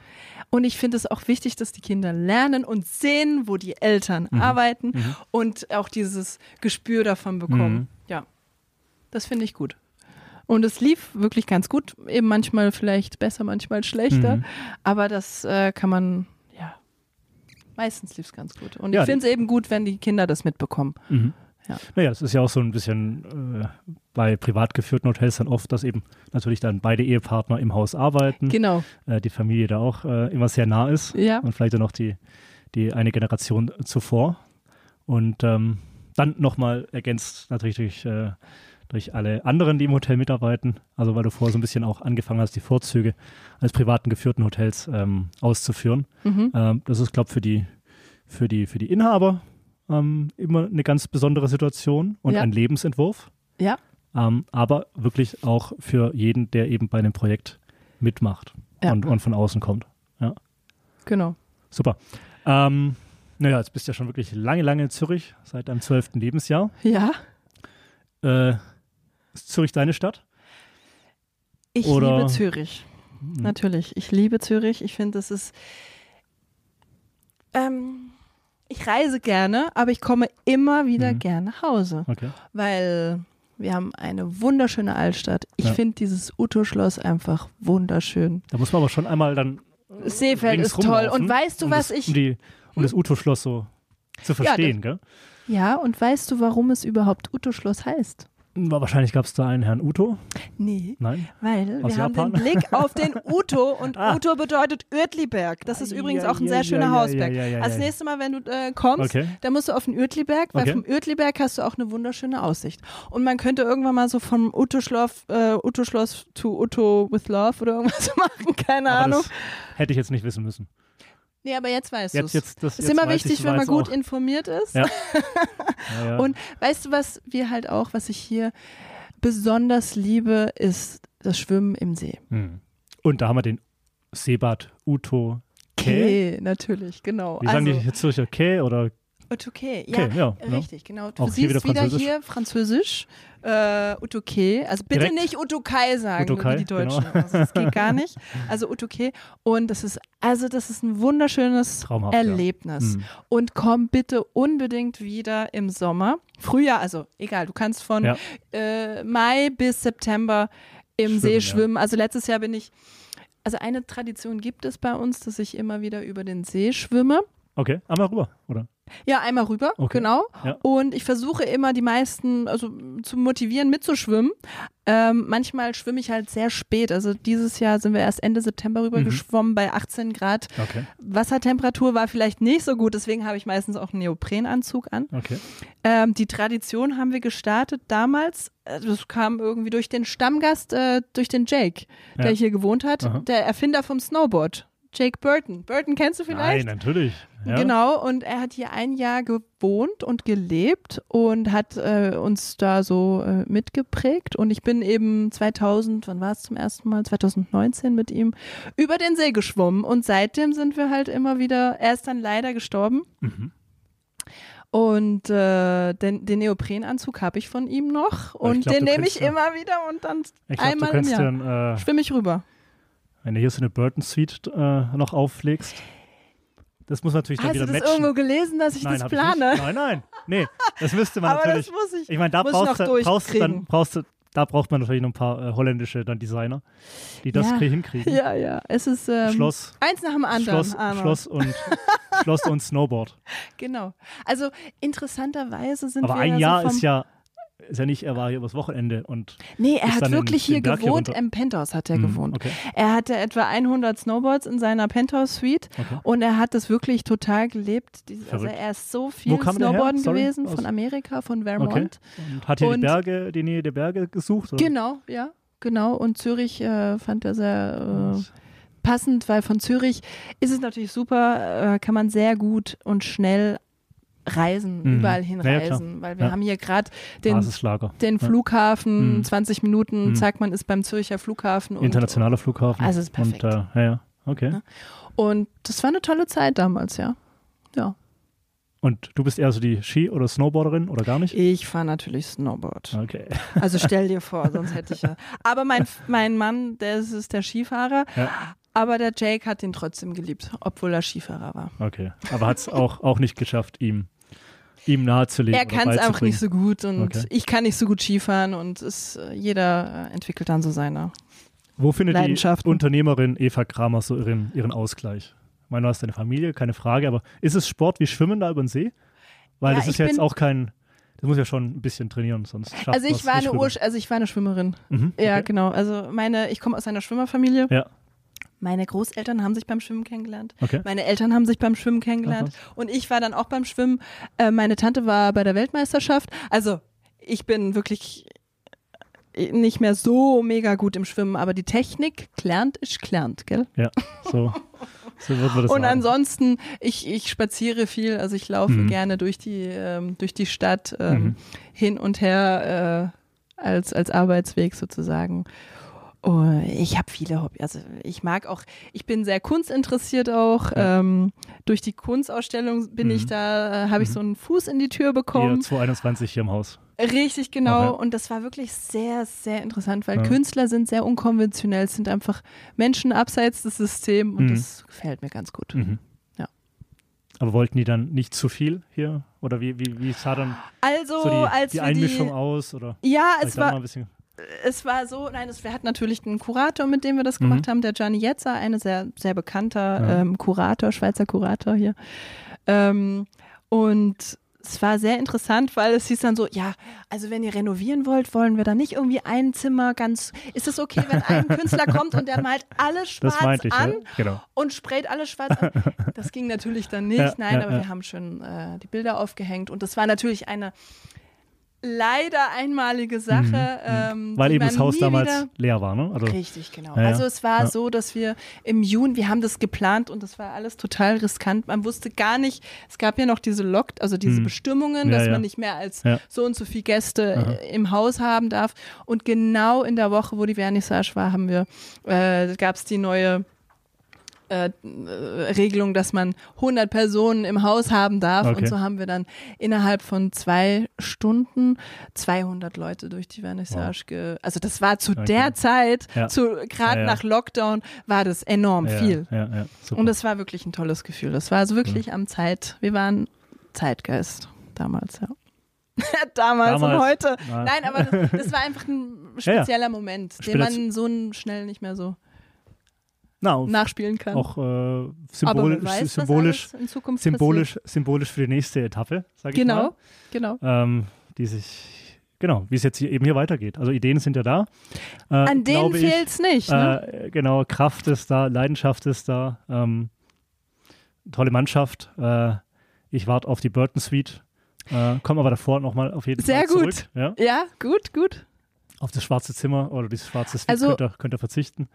[SPEAKER 2] Und ich finde es auch wichtig, dass die Kinder lernen und sehen, wo die Eltern arbeiten
[SPEAKER 1] Mhm.
[SPEAKER 2] und auch dieses Gespür davon bekommen.
[SPEAKER 1] Mhm.
[SPEAKER 2] Ja, das finde ich gut. Und es lief wirklich ganz gut, eben manchmal vielleicht besser, manchmal schlechter,
[SPEAKER 1] Mhm.
[SPEAKER 2] aber das äh, kann man, ja, meistens lief es ganz gut. Und
[SPEAKER 1] Ja,
[SPEAKER 2] ich finde es eben gut, wenn die Kinder das mitbekommen.
[SPEAKER 1] Mhm.
[SPEAKER 2] Ja.
[SPEAKER 1] Naja, es ist ja auch so ein bisschen äh, bei privat geführten Hotels dann oft, dass eben natürlich dann beide Ehepartner im Haus arbeiten,
[SPEAKER 2] Genau,
[SPEAKER 1] äh, die Familie da auch äh, immer sehr nah ist
[SPEAKER 2] ja,
[SPEAKER 1] und vielleicht dann noch die, die eine Generation zuvor. Und ähm, dann nochmal ergänzt natürlich durch, äh, durch alle anderen, die im Hotel mitarbeiten, also weil du vorher so ein bisschen auch angefangen hast, die Vorzüge als privaten geführten Hotels ähm, auszuführen.
[SPEAKER 2] mhm.
[SPEAKER 1] Ähm, das ist, glaube ich, für die, für, die, für die Inhaber ähm, immer eine ganz besondere Situation und
[SPEAKER 2] Ja.
[SPEAKER 1] ein Lebensentwurf.
[SPEAKER 2] ja,
[SPEAKER 1] Ähm, aber wirklich auch für jeden, der eben bei einem Projekt mitmacht
[SPEAKER 2] Ja.
[SPEAKER 1] und, und von außen kommt.
[SPEAKER 2] genau.
[SPEAKER 1] Super. Ähm, naja, jetzt bist du ja schon wirklich lange, lange in Zürich, seit deinem zwölften Lebensjahr.
[SPEAKER 2] Ja,
[SPEAKER 1] Äh, ist Zürich deine Stadt?
[SPEAKER 2] ich
[SPEAKER 1] Oder- Hm.
[SPEAKER 2] liebe Zürich. Natürlich, ich liebe Zürich. Ich finde, es ist. Ähm, ich reise gerne, aber ich komme immer wieder
[SPEAKER 1] Mhm.
[SPEAKER 2] gern nach Hause,
[SPEAKER 1] Okay.
[SPEAKER 2] weil wir haben eine wunderschöne Altstadt. Ich
[SPEAKER 1] Ja.
[SPEAKER 2] finde dieses Utto-Schloss einfach wunderschön.
[SPEAKER 1] Da muss man aber schon einmal dann
[SPEAKER 2] Seefeld ist
[SPEAKER 1] ringsrum
[SPEAKER 2] toll.
[SPEAKER 1] laufen,
[SPEAKER 2] Und weißt du,
[SPEAKER 1] um
[SPEAKER 2] was
[SPEAKER 1] das,
[SPEAKER 2] ich.
[SPEAKER 1] Um, die, um das Uto-Schloss so zu verstehen, gell?
[SPEAKER 2] ja, und weißt du, warum es überhaupt Utto-Schloss heißt?
[SPEAKER 1] War- Wahrscheinlich gab es da einen Herrn Uto.
[SPEAKER 2] Nee,
[SPEAKER 1] Nein.
[SPEAKER 2] weil
[SPEAKER 1] Aus
[SPEAKER 2] wir haben den
[SPEAKER 1] Japan?
[SPEAKER 2] Blick auf den Uto und
[SPEAKER 1] Ah.
[SPEAKER 2] Uto bedeutet Örtliberg. Das ist
[SPEAKER 1] Ah,
[SPEAKER 2] übrigens
[SPEAKER 1] ja,
[SPEAKER 2] auch ein
[SPEAKER 1] ja,
[SPEAKER 2] sehr
[SPEAKER 1] ja,
[SPEAKER 2] schöner
[SPEAKER 1] ja,
[SPEAKER 2] Hausberg.
[SPEAKER 1] ja, ja, ja,
[SPEAKER 2] also das
[SPEAKER 1] ja.
[SPEAKER 2] nächste Mal, wenn du äh, kommst,
[SPEAKER 1] Okay.
[SPEAKER 2] dann musst du auf den Örtliberg, weil
[SPEAKER 1] Okay.
[SPEAKER 2] vom Örtliberg hast du auch eine wunderschöne Aussicht. Und man könnte irgendwann mal so vom Uto-Schloss äh, Uto Schloss to Uto with Love oder irgendwas machen, keine
[SPEAKER 1] Aber
[SPEAKER 2] Ahnung.
[SPEAKER 1] das hätte ich jetzt nicht wissen müssen.
[SPEAKER 2] Nee, aber jetzt weißt du
[SPEAKER 1] Jetzt,
[SPEAKER 2] es.
[SPEAKER 1] jetzt, das,
[SPEAKER 2] ist
[SPEAKER 1] jetzt
[SPEAKER 2] immer
[SPEAKER 1] weiß
[SPEAKER 2] wichtig,
[SPEAKER 1] ich,
[SPEAKER 2] wenn man
[SPEAKER 1] weiß
[SPEAKER 2] gut
[SPEAKER 1] auch.
[SPEAKER 2] informiert ist.
[SPEAKER 1] Ja. Ja, ja.
[SPEAKER 2] Und weißt du, was wir halt auch, was ich hier besonders liebe, ist das Schwimmen im See.
[SPEAKER 1] Hm. Und da haben wir den Seebad Uto. Kä.
[SPEAKER 2] Okay, natürlich, genau.
[SPEAKER 1] Wie
[SPEAKER 2] also,
[SPEAKER 1] sagen die hier Zürcher Kä oder
[SPEAKER 2] Utoke, ja,
[SPEAKER 1] Kä? Ja, ja.
[SPEAKER 2] richtig, genau. Du
[SPEAKER 1] Auch hier
[SPEAKER 2] siehst
[SPEAKER 1] wieder
[SPEAKER 2] wieder,
[SPEAKER 1] Französisch.
[SPEAKER 2] hier Französisch, äh, Utoke, also bitte
[SPEAKER 1] Direkt.
[SPEAKER 2] nicht Utokai sagen,
[SPEAKER 1] Utokai, genau.
[SPEAKER 2] wie die Deutschen, also, das geht gar nicht. Also Utoke und das ist, also das ist ein wunderschönes
[SPEAKER 1] Traumhaft, ja.
[SPEAKER 2] Erlebnis.
[SPEAKER 1] Hm.
[SPEAKER 2] Und komm bitte unbedingt wieder im Sommer, Frühjahr, also egal, du kannst von
[SPEAKER 1] Ja.
[SPEAKER 2] äh, Mai bis September im
[SPEAKER 1] Schwimmen,
[SPEAKER 2] See
[SPEAKER 1] ja.
[SPEAKER 2] schwimmen. Also letztes Jahr bin ich, also eine Tradition gibt es bei uns, dass ich immer wieder über den See schwimme.
[SPEAKER 1] Okay, einmal rüber, oder?
[SPEAKER 2] Ja, einmal rüber,
[SPEAKER 1] Okay.
[SPEAKER 2] genau.
[SPEAKER 1] Ja.
[SPEAKER 2] Und ich versuche immer die meisten also, zu motivieren, mitzuschwimmen. Ähm, manchmal schwimme ich halt sehr spät. Also dieses Jahr sind wir erst Ende September rüber
[SPEAKER 1] Mhm.
[SPEAKER 2] geschwommen bei 18 Grad.
[SPEAKER 1] Okay,
[SPEAKER 2] Wassertemperatur war vielleicht nicht so gut, deswegen habe ich meistens auch einen Neoprenanzug an.
[SPEAKER 1] okay.
[SPEAKER 2] Ähm, die Tradition haben wir gestartet damals. Äh, Das kam irgendwie durch den Stammgast, äh, durch den Jake, der
[SPEAKER 1] Ja.
[SPEAKER 2] hier gewohnt hat,
[SPEAKER 1] Aha.
[SPEAKER 2] der Erfinder vom Snowboard. Jake Burton. Burton kennst du vielleicht?
[SPEAKER 1] Nein, natürlich. Ja.
[SPEAKER 2] Genau, und er hat hier ein Jahr gewohnt und gelebt und hat äh, uns da so äh, mitgeprägt. Und ich bin eben 2000, wann war es zum ersten Mal? 2019 mit ihm über den See geschwommen. Und seitdem sind wir halt immer wieder, er ist dann leider gestorben.
[SPEAKER 1] Mhm.
[SPEAKER 2] Und äh, den, den Neoprenanzug habe ich von ihm noch.
[SPEAKER 1] Aber ich
[SPEAKER 2] Und
[SPEAKER 1] glaub,
[SPEAKER 2] den
[SPEAKER 1] du
[SPEAKER 2] nehme
[SPEAKER 1] kannst
[SPEAKER 2] ich
[SPEAKER 1] ja-
[SPEAKER 2] immer wieder und dann
[SPEAKER 1] Ich glaube, du
[SPEAKER 2] einmal im
[SPEAKER 1] kannst
[SPEAKER 2] Jahr
[SPEAKER 1] dir, ein, äh,
[SPEAKER 2] schwimme ich rüber.
[SPEAKER 1] wenn du hier so eine Burton Suite äh, noch auflegst, das muss natürlich dann
[SPEAKER 2] Hast du
[SPEAKER 1] wieder
[SPEAKER 2] Also das
[SPEAKER 1] matchen.
[SPEAKER 2] irgendwo gelesen, dass ich
[SPEAKER 1] nein,
[SPEAKER 2] das
[SPEAKER 1] hab
[SPEAKER 2] plane?
[SPEAKER 1] Ich nicht. Nein, nein. Nee, das müsste man
[SPEAKER 2] Aber das
[SPEAKER 1] natürlich.
[SPEAKER 2] muss ich.
[SPEAKER 1] Ich meine, da
[SPEAKER 2] muss ich
[SPEAKER 1] brauchst du,
[SPEAKER 2] noch
[SPEAKER 1] brauchst du dann
[SPEAKER 2] durchkriegen.
[SPEAKER 1] brauchst du, da braucht man natürlich noch ein paar äh, holländische dann Designer, die das
[SPEAKER 2] Ja.
[SPEAKER 1] krie- hinkriegen.
[SPEAKER 2] Ja, ja. Es ist ähm,
[SPEAKER 1] Mhm. Schloss,
[SPEAKER 2] eins nach dem anderen.
[SPEAKER 1] Schloss,
[SPEAKER 2] Arno.
[SPEAKER 1] Schloss und Schloss und Snowboard.
[SPEAKER 2] Genau. Also interessanterweise sind
[SPEAKER 1] Aber
[SPEAKER 2] wir
[SPEAKER 1] ein
[SPEAKER 2] ja
[SPEAKER 1] Jahr
[SPEAKER 2] so vom,
[SPEAKER 1] ist ja ist ja nicht, er war hier übers Wochenende und
[SPEAKER 2] Nee,
[SPEAKER 1] ist
[SPEAKER 2] er hat
[SPEAKER 1] dann in
[SPEAKER 2] wirklich
[SPEAKER 1] den
[SPEAKER 2] hier
[SPEAKER 1] Berg hier
[SPEAKER 2] gewohnt.
[SPEAKER 1] runter.
[SPEAKER 2] Im Penthouse hat er
[SPEAKER 1] Mhm,
[SPEAKER 2] gewohnt.
[SPEAKER 1] okay.
[SPEAKER 2] Er hatte etwa 100 Snowboards in seiner Penthouse-Suite
[SPEAKER 1] Okay.
[SPEAKER 2] und er hat das wirklich total gelebt. Dies- Also
[SPEAKER 1] Verrückt.
[SPEAKER 2] er ist so viel
[SPEAKER 1] Wo kam der her?
[SPEAKER 2] Snowboarden
[SPEAKER 1] Sorry,
[SPEAKER 2] gewesen
[SPEAKER 1] aus-
[SPEAKER 2] von Amerika, von Vermont.
[SPEAKER 1] okay. und hat hier die
[SPEAKER 2] Und-
[SPEAKER 1] Berge, die Nähe der Berge gesucht. Oder?
[SPEAKER 2] Genau, ja, genau. Und Zürich äh, fand er sehr äh, passend, weil von Zürich ist es natürlich super, äh, kann man sehr gut und schnell reisen,
[SPEAKER 1] Mhm.
[SPEAKER 2] überall hin
[SPEAKER 1] Ja, ja, klar.
[SPEAKER 2] reisen, weil wir
[SPEAKER 1] Ja.
[SPEAKER 2] haben hier gerade den,
[SPEAKER 1] Basisschlager.
[SPEAKER 2] den Flughafen,
[SPEAKER 1] Mhm.
[SPEAKER 2] 20 Minuten,
[SPEAKER 1] Mhm.
[SPEAKER 2] zack, man ist beim Zürcher Flughafen. Und,
[SPEAKER 1] Internationaler Flughafen.
[SPEAKER 2] Also ist perfekt.
[SPEAKER 1] Und, äh, ja, ja, okay.
[SPEAKER 2] Ja. und das war eine tolle Zeit damals, ja. Ja.
[SPEAKER 1] Und du bist eher so die Ski- oder Snowboarderin oder gar nicht?
[SPEAKER 2] Ich fahre natürlich Snowboard.
[SPEAKER 1] Okay.
[SPEAKER 2] Also stell dir vor, sonst hätte ich ja. Aber mein, mein Mann, der ist, ist der Skifahrer,
[SPEAKER 1] Ja.
[SPEAKER 2] aber der Jake hat ihn trotzdem geliebt, obwohl er Skifahrer war.
[SPEAKER 1] Okay. Aber hat es auch, auch nicht geschafft, ihm, ihm nahezulegen.
[SPEAKER 2] er
[SPEAKER 1] oder
[SPEAKER 2] kann es einfach
[SPEAKER 1] beizubringen.
[SPEAKER 2] nicht so gut und
[SPEAKER 1] Okay.
[SPEAKER 2] ich kann nicht so gut Skifahren und es, äh, jeder äh, entwickelt dann so seine.
[SPEAKER 1] Wo findet die
[SPEAKER 2] Leidenschaften.
[SPEAKER 1] Unternehmerin Eva Kramer so ihren, ihren Ausgleich? Ich meine, du hast deine Familie, keine Frage, aber ist es Sport wie Schwimmen da über den See? Weil
[SPEAKER 2] Ja,
[SPEAKER 1] das ist
[SPEAKER 2] ich
[SPEAKER 1] ja jetzt
[SPEAKER 2] bin-
[SPEAKER 1] auch kein. Das muss ja schon ein bisschen trainieren, sonst schafft
[SPEAKER 2] Also ich,
[SPEAKER 1] man's
[SPEAKER 2] war
[SPEAKER 1] nicht
[SPEAKER 2] eine
[SPEAKER 1] rüber.
[SPEAKER 2] Ursch also ich war eine Schwimmerin.
[SPEAKER 1] Mhm,
[SPEAKER 2] Ja,
[SPEAKER 1] okay.
[SPEAKER 2] genau. Also meine, ich komme aus einer Schwimmerfamilie.
[SPEAKER 1] Ja,
[SPEAKER 2] Meine Großeltern haben sich beim Schwimmen kennengelernt.
[SPEAKER 1] okay.
[SPEAKER 2] Meine Eltern haben sich beim Schwimmen kennengelernt. Und ich war dann auch beim Schwimmen. Äh, meine Tante war bei der Weltmeisterschaft. Also ich bin wirklich äh, nicht mehr so mega gut im Schwimmen, aber die Technik lernt ist lernt, gell?
[SPEAKER 1] Ja, so, so wird man das
[SPEAKER 2] Und
[SPEAKER 1] sagen.
[SPEAKER 2] ansonsten, ich, ich spaziere viel, also ich laufe
[SPEAKER 1] Mhm.
[SPEAKER 2] gerne durch die, ähm, durch die Stadt ähm,
[SPEAKER 1] Mhm.
[SPEAKER 2] hin und her äh, als, als Arbeitsweg sozusagen. Oh, ich habe viele Hobbys. Also ich mag auch, ich bin sehr kunstinteressiert auch.
[SPEAKER 1] Ja.
[SPEAKER 2] Ähm, durch die Kunstausstellung bin
[SPEAKER 1] Mhm.
[SPEAKER 2] ich da, äh, habe ich so einen Fuß in die Tür
[SPEAKER 1] Hier,
[SPEAKER 2] bekommen.
[SPEAKER 1] 221 hier im Haus.
[SPEAKER 2] Richtig genau.
[SPEAKER 1] Okay.
[SPEAKER 2] Und das war wirklich sehr, sehr interessant, weil
[SPEAKER 1] Ja.
[SPEAKER 2] Künstler sind sehr unkonventionell, es sind einfach Menschen abseits des Systems und
[SPEAKER 1] Mhm.
[SPEAKER 2] das gefällt mir ganz gut.
[SPEAKER 1] Mhm.
[SPEAKER 2] Ja.
[SPEAKER 1] Aber wollten die dann nicht zu viel hier? Oder wie, wie, wie sah dann
[SPEAKER 2] Also,
[SPEAKER 1] so die,
[SPEAKER 2] als
[SPEAKER 1] die
[SPEAKER 2] wir
[SPEAKER 1] Einmischung
[SPEAKER 2] die,
[SPEAKER 1] aus? Oder
[SPEAKER 2] Ja,
[SPEAKER 1] Vielleicht
[SPEAKER 2] es
[SPEAKER 1] da
[SPEAKER 2] war,
[SPEAKER 1] mal ein bisschen,
[SPEAKER 2] es war so, nein, es, wir hatten natürlich einen Kurator, mit dem wir das gemacht haben, der Gianni Jetzer, ein sehr, sehr bekannter
[SPEAKER 1] Mhm. Ja.
[SPEAKER 2] ähm, Kurator, Schweizer Kurator hier. Ähm, und es war sehr interessant, weil es hieß dann so, ja, also wenn ihr renovieren wollt, wollen wir da nicht irgendwie ein Zimmer ganz, ist es okay, wenn ein Künstler kommt und der malt alles schwarz
[SPEAKER 1] das meinte ich,
[SPEAKER 2] an?
[SPEAKER 1] ja. Genau.
[SPEAKER 2] und sprayt alles schwarz an. Das ging natürlich dann nicht,
[SPEAKER 1] Ja,
[SPEAKER 2] nein,
[SPEAKER 1] ja,
[SPEAKER 2] aber
[SPEAKER 1] ja.
[SPEAKER 2] wir haben schön äh, die Bilder aufgehängt und das war natürlich eine leider einmalige Sache. Ähm,
[SPEAKER 1] Mhm, Weil
[SPEAKER 2] die
[SPEAKER 1] eben das
[SPEAKER 2] man
[SPEAKER 1] Haus
[SPEAKER 2] nie
[SPEAKER 1] damals
[SPEAKER 2] wieder-
[SPEAKER 1] leer war, ne? Also,
[SPEAKER 2] Richtig, genau.
[SPEAKER 1] Ja, ja.
[SPEAKER 2] Also es war
[SPEAKER 1] Ja.
[SPEAKER 2] so, dass wir im Juni, wir haben das geplant und das war alles total riskant. Man wusste gar nicht, es gab ja noch diese Lock, also diese
[SPEAKER 1] Hm.
[SPEAKER 2] Bestimmungen,
[SPEAKER 1] Ja,
[SPEAKER 2] dass
[SPEAKER 1] ja.
[SPEAKER 2] man nicht mehr als
[SPEAKER 1] Ja.
[SPEAKER 2] so und so viel Gäste
[SPEAKER 1] Aha.
[SPEAKER 2] äh, im Haus haben darf. Und genau in der Woche, wo die Vernissage war, haben wir, äh, gab es die neue äh, äh, Regelung, dass man 100 Personen im Haus haben darf.
[SPEAKER 1] Okay.
[SPEAKER 2] Und so haben wir dann innerhalb von zwei Stunden 200 Leute durch die Vernissage. Ge also das war zu
[SPEAKER 1] Okay.
[SPEAKER 2] der Zeit,
[SPEAKER 1] Ja.
[SPEAKER 2] zu gerade
[SPEAKER 1] Ja, ja.
[SPEAKER 2] nach Lockdown, war das enorm
[SPEAKER 1] ja,
[SPEAKER 2] viel.
[SPEAKER 1] Ja, ja, super. Mhm.
[SPEAKER 2] Und das war wirklich ein tolles Gefühl. Das war also wirklich am Zeit. Wir waren Zeitgeist damals, ja. damals, und
[SPEAKER 1] Damals.
[SPEAKER 2] heute.
[SPEAKER 1] Nein.
[SPEAKER 2] Nein, aber das, das war einfach ein spezieller Moment, den
[SPEAKER 1] Spezia-
[SPEAKER 2] man so schnell nicht mehr so.
[SPEAKER 1] Na, und
[SPEAKER 2] nachspielen kann.
[SPEAKER 1] auch äh,
[SPEAKER 2] Aber
[SPEAKER 1] symbolisch,
[SPEAKER 2] man weiß, was
[SPEAKER 1] symbolisch,
[SPEAKER 2] alles in Zukunft
[SPEAKER 1] symbolisch, symbolisch für die nächste Etappe, sage ich mal.
[SPEAKER 2] Genau, genau.
[SPEAKER 1] ähm, die sich, genau, wie es jetzt hier eben hier weitergeht. Also Ideen sind ja da. Äh,
[SPEAKER 2] An denen
[SPEAKER 1] glaube ich,
[SPEAKER 2] fehlt es nicht. Ne?
[SPEAKER 1] Äh, genau, Kraft ist da, Leidenschaft ist da. Ähm, tolle Mannschaft. Äh, ich warte auf die Burton Suite. Äh, komm aber davor nochmal auf jeden
[SPEAKER 2] Sehr
[SPEAKER 1] Fall zurück.
[SPEAKER 2] gut.
[SPEAKER 1] Ja?
[SPEAKER 2] Ja, gut, gut.
[SPEAKER 1] Auf das schwarze Zimmer oder dieses schwarze Suite
[SPEAKER 2] Also-
[SPEAKER 1] könnt, ihr, könnt ihr verzichten.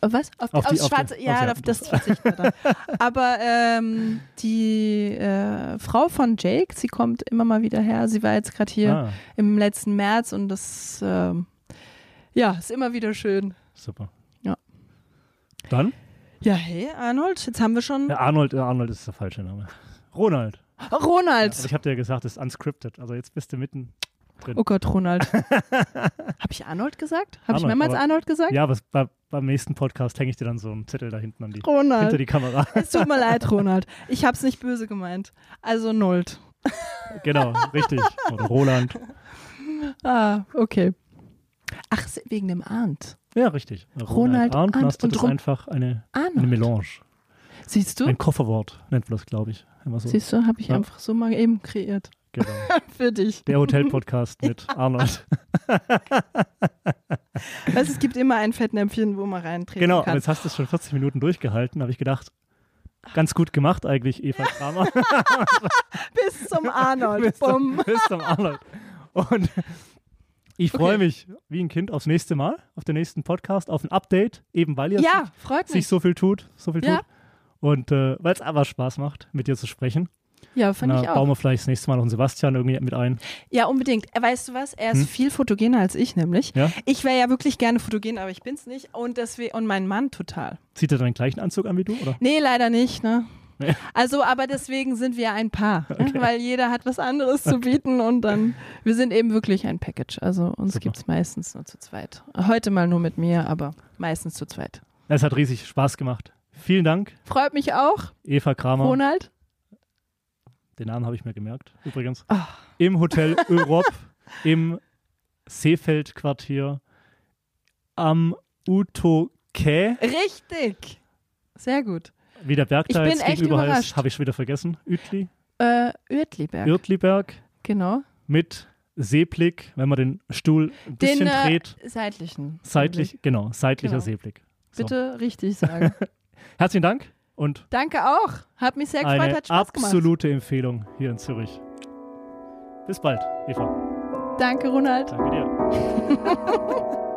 [SPEAKER 2] Auf was? Auf,
[SPEAKER 1] Auf die-
[SPEAKER 2] aufs
[SPEAKER 1] auf die-
[SPEAKER 2] Schwarze.
[SPEAKER 1] auf
[SPEAKER 2] ja,
[SPEAKER 1] die-
[SPEAKER 2] auf das verzichten wir dann. Aber ähm, die äh, Frau von Jake, sie kommt immer mal wieder her. Sie war jetzt gerade hier
[SPEAKER 1] Ah,
[SPEAKER 2] im letzten März und das ähm, ja, ist immer wieder schön.
[SPEAKER 1] super.
[SPEAKER 2] Ja.
[SPEAKER 1] Dann?
[SPEAKER 2] Ja, hey, Arnold, jetzt haben wir schon
[SPEAKER 1] Ja, Arnold, äh, Arnold ist der falsche Name. Ronald. Ja,
[SPEAKER 2] Ronald.
[SPEAKER 1] aber ich habe dir gesagt, das ist unscripted. Also jetzt bist du mitten.
[SPEAKER 2] oh Gott, Ronald. Habe ich Arnold gesagt? Habe
[SPEAKER 1] Arnold,
[SPEAKER 2] ich mehrmals
[SPEAKER 1] aber-
[SPEAKER 2] Arnold gesagt?
[SPEAKER 1] Ja, aber bei, beim nächsten Podcast hänge ich dir dann so einen Zettel da hinten an die, hinter
[SPEAKER 2] Ronald.
[SPEAKER 1] die Kamera.
[SPEAKER 2] Es tut mir leid, Ronald. Ich habe es nicht böse gemeint. Also Nold.
[SPEAKER 1] genau, richtig. Oder Roland.
[SPEAKER 2] Ah, okay. Ach, wegen dem Arndt.
[SPEAKER 1] Ja, richtig.
[SPEAKER 2] Ronald
[SPEAKER 1] Arndt,
[SPEAKER 2] Arndt
[SPEAKER 1] hast du
[SPEAKER 2] und
[SPEAKER 1] das
[SPEAKER 2] Rom-
[SPEAKER 1] einfach eine, eine
[SPEAKER 2] Arnold.
[SPEAKER 1] Melange.
[SPEAKER 2] Siehst du?
[SPEAKER 1] Ein Kofferwort nennt man das, glaube ich. Immer so.
[SPEAKER 2] Siehst du, habe ich
[SPEAKER 1] Ja.
[SPEAKER 2] einfach so mal eben kreiert.
[SPEAKER 1] Genau.
[SPEAKER 2] Für dich.
[SPEAKER 1] Der Hotel-Podcast mit Arnold.
[SPEAKER 2] Weißt, es gibt immer ein Fettnäpfchen, wo man reintreten
[SPEAKER 1] Genau, aber
[SPEAKER 2] kann.
[SPEAKER 1] jetzt hast du es schon 40 Minuten durchgehalten, habe ich gedacht. Ganz gut gemacht eigentlich, Eva Kramer.
[SPEAKER 2] Bis zum Arnold.
[SPEAKER 1] bis, zum,
[SPEAKER 2] Bumm.
[SPEAKER 1] bis zum Arnold. Und ich freue mich wie ein Kind aufs nächste Mal, auf den nächsten Podcast, auf ein Update, eben weil ihr
[SPEAKER 2] Ja, freut
[SPEAKER 1] sich
[SPEAKER 2] mich.
[SPEAKER 1] so viel tut, so viel
[SPEAKER 2] Ja.
[SPEAKER 1] tut. Und äh, weil es aber Spaß macht, mit dir zu sprechen.
[SPEAKER 2] Ja, fand
[SPEAKER 1] Na,
[SPEAKER 2] ich auch.
[SPEAKER 1] bauen wir vielleicht das nächste Mal noch einen Sebastian irgendwie mit ein.
[SPEAKER 2] Ja, unbedingt. Äh, Weißt du was? Er ist
[SPEAKER 1] Hm?
[SPEAKER 2] viel fotogener als ich nämlich.
[SPEAKER 1] Ja?
[SPEAKER 2] Ich wäre ja wirklich gerne fotogen, aber ich bin's nicht. Und deswegen, und mein Mann total.
[SPEAKER 1] Zieht er deinen gleichen Anzug an wie du? Oder?
[SPEAKER 2] Nee, leider nicht, ne?
[SPEAKER 1] Nee.
[SPEAKER 2] Also, aber deswegen sind wir ein Paar, ne? weil jeder hat was anderes zu bieten und dann, wir sind eben wirklich ein Package. Also uns
[SPEAKER 1] Super.
[SPEAKER 2] gibt's meistens nur zu zweit. Heute mal nur mit mir, aber meistens zu zweit.
[SPEAKER 1] Es hat riesig Spaß gemacht. Vielen Dank,
[SPEAKER 2] Freut mich auch,
[SPEAKER 1] Eva Kramer.
[SPEAKER 2] Ronald.
[SPEAKER 1] Den Namen habe ich mir gemerkt, übrigens.
[SPEAKER 2] Ah.
[SPEAKER 1] Im Hotel Europe, im Seefeld-Quartier, am Utoke,
[SPEAKER 2] Richtig. Sehr gut.
[SPEAKER 1] wie der Berg da
[SPEAKER 2] Ich bin
[SPEAKER 1] jetzt
[SPEAKER 2] echt
[SPEAKER 1] gegenüber heißt,
[SPEAKER 2] überrascht.
[SPEAKER 1] habe ich schon wieder vergessen. Ütli,
[SPEAKER 2] Äh, Uertliberg,
[SPEAKER 1] Irtliberg
[SPEAKER 2] genau.
[SPEAKER 1] mit Seeblick, wenn man den Stuhl ein bisschen
[SPEAKER 2] Den äh,
[SPEAKER 1] dreht.
[SPEAKER 2] seitlichen.
[SPEAKER 1] Seitlich, genau, seitlicher
[SPEAKER 2] Genau.
[SPEAKER 1] Seeblick. So.
[SPEAKER 2] Bitte richtig sagen.
[SPEAKER 1] Herzlichen Dank und
[SPEAKER 2] Danke auch. Hat mich sehr gefreut,
[SPEAKER 1] eine
[SPEAKER 2] hat Spaß gemacht.
[SPEAKER 1] absolute Empfehlung hier in Zürich. Bis bald, Eva.
[SPEAKER 2] Danke, Ronald.
[SPEAKER 1] Danke dir.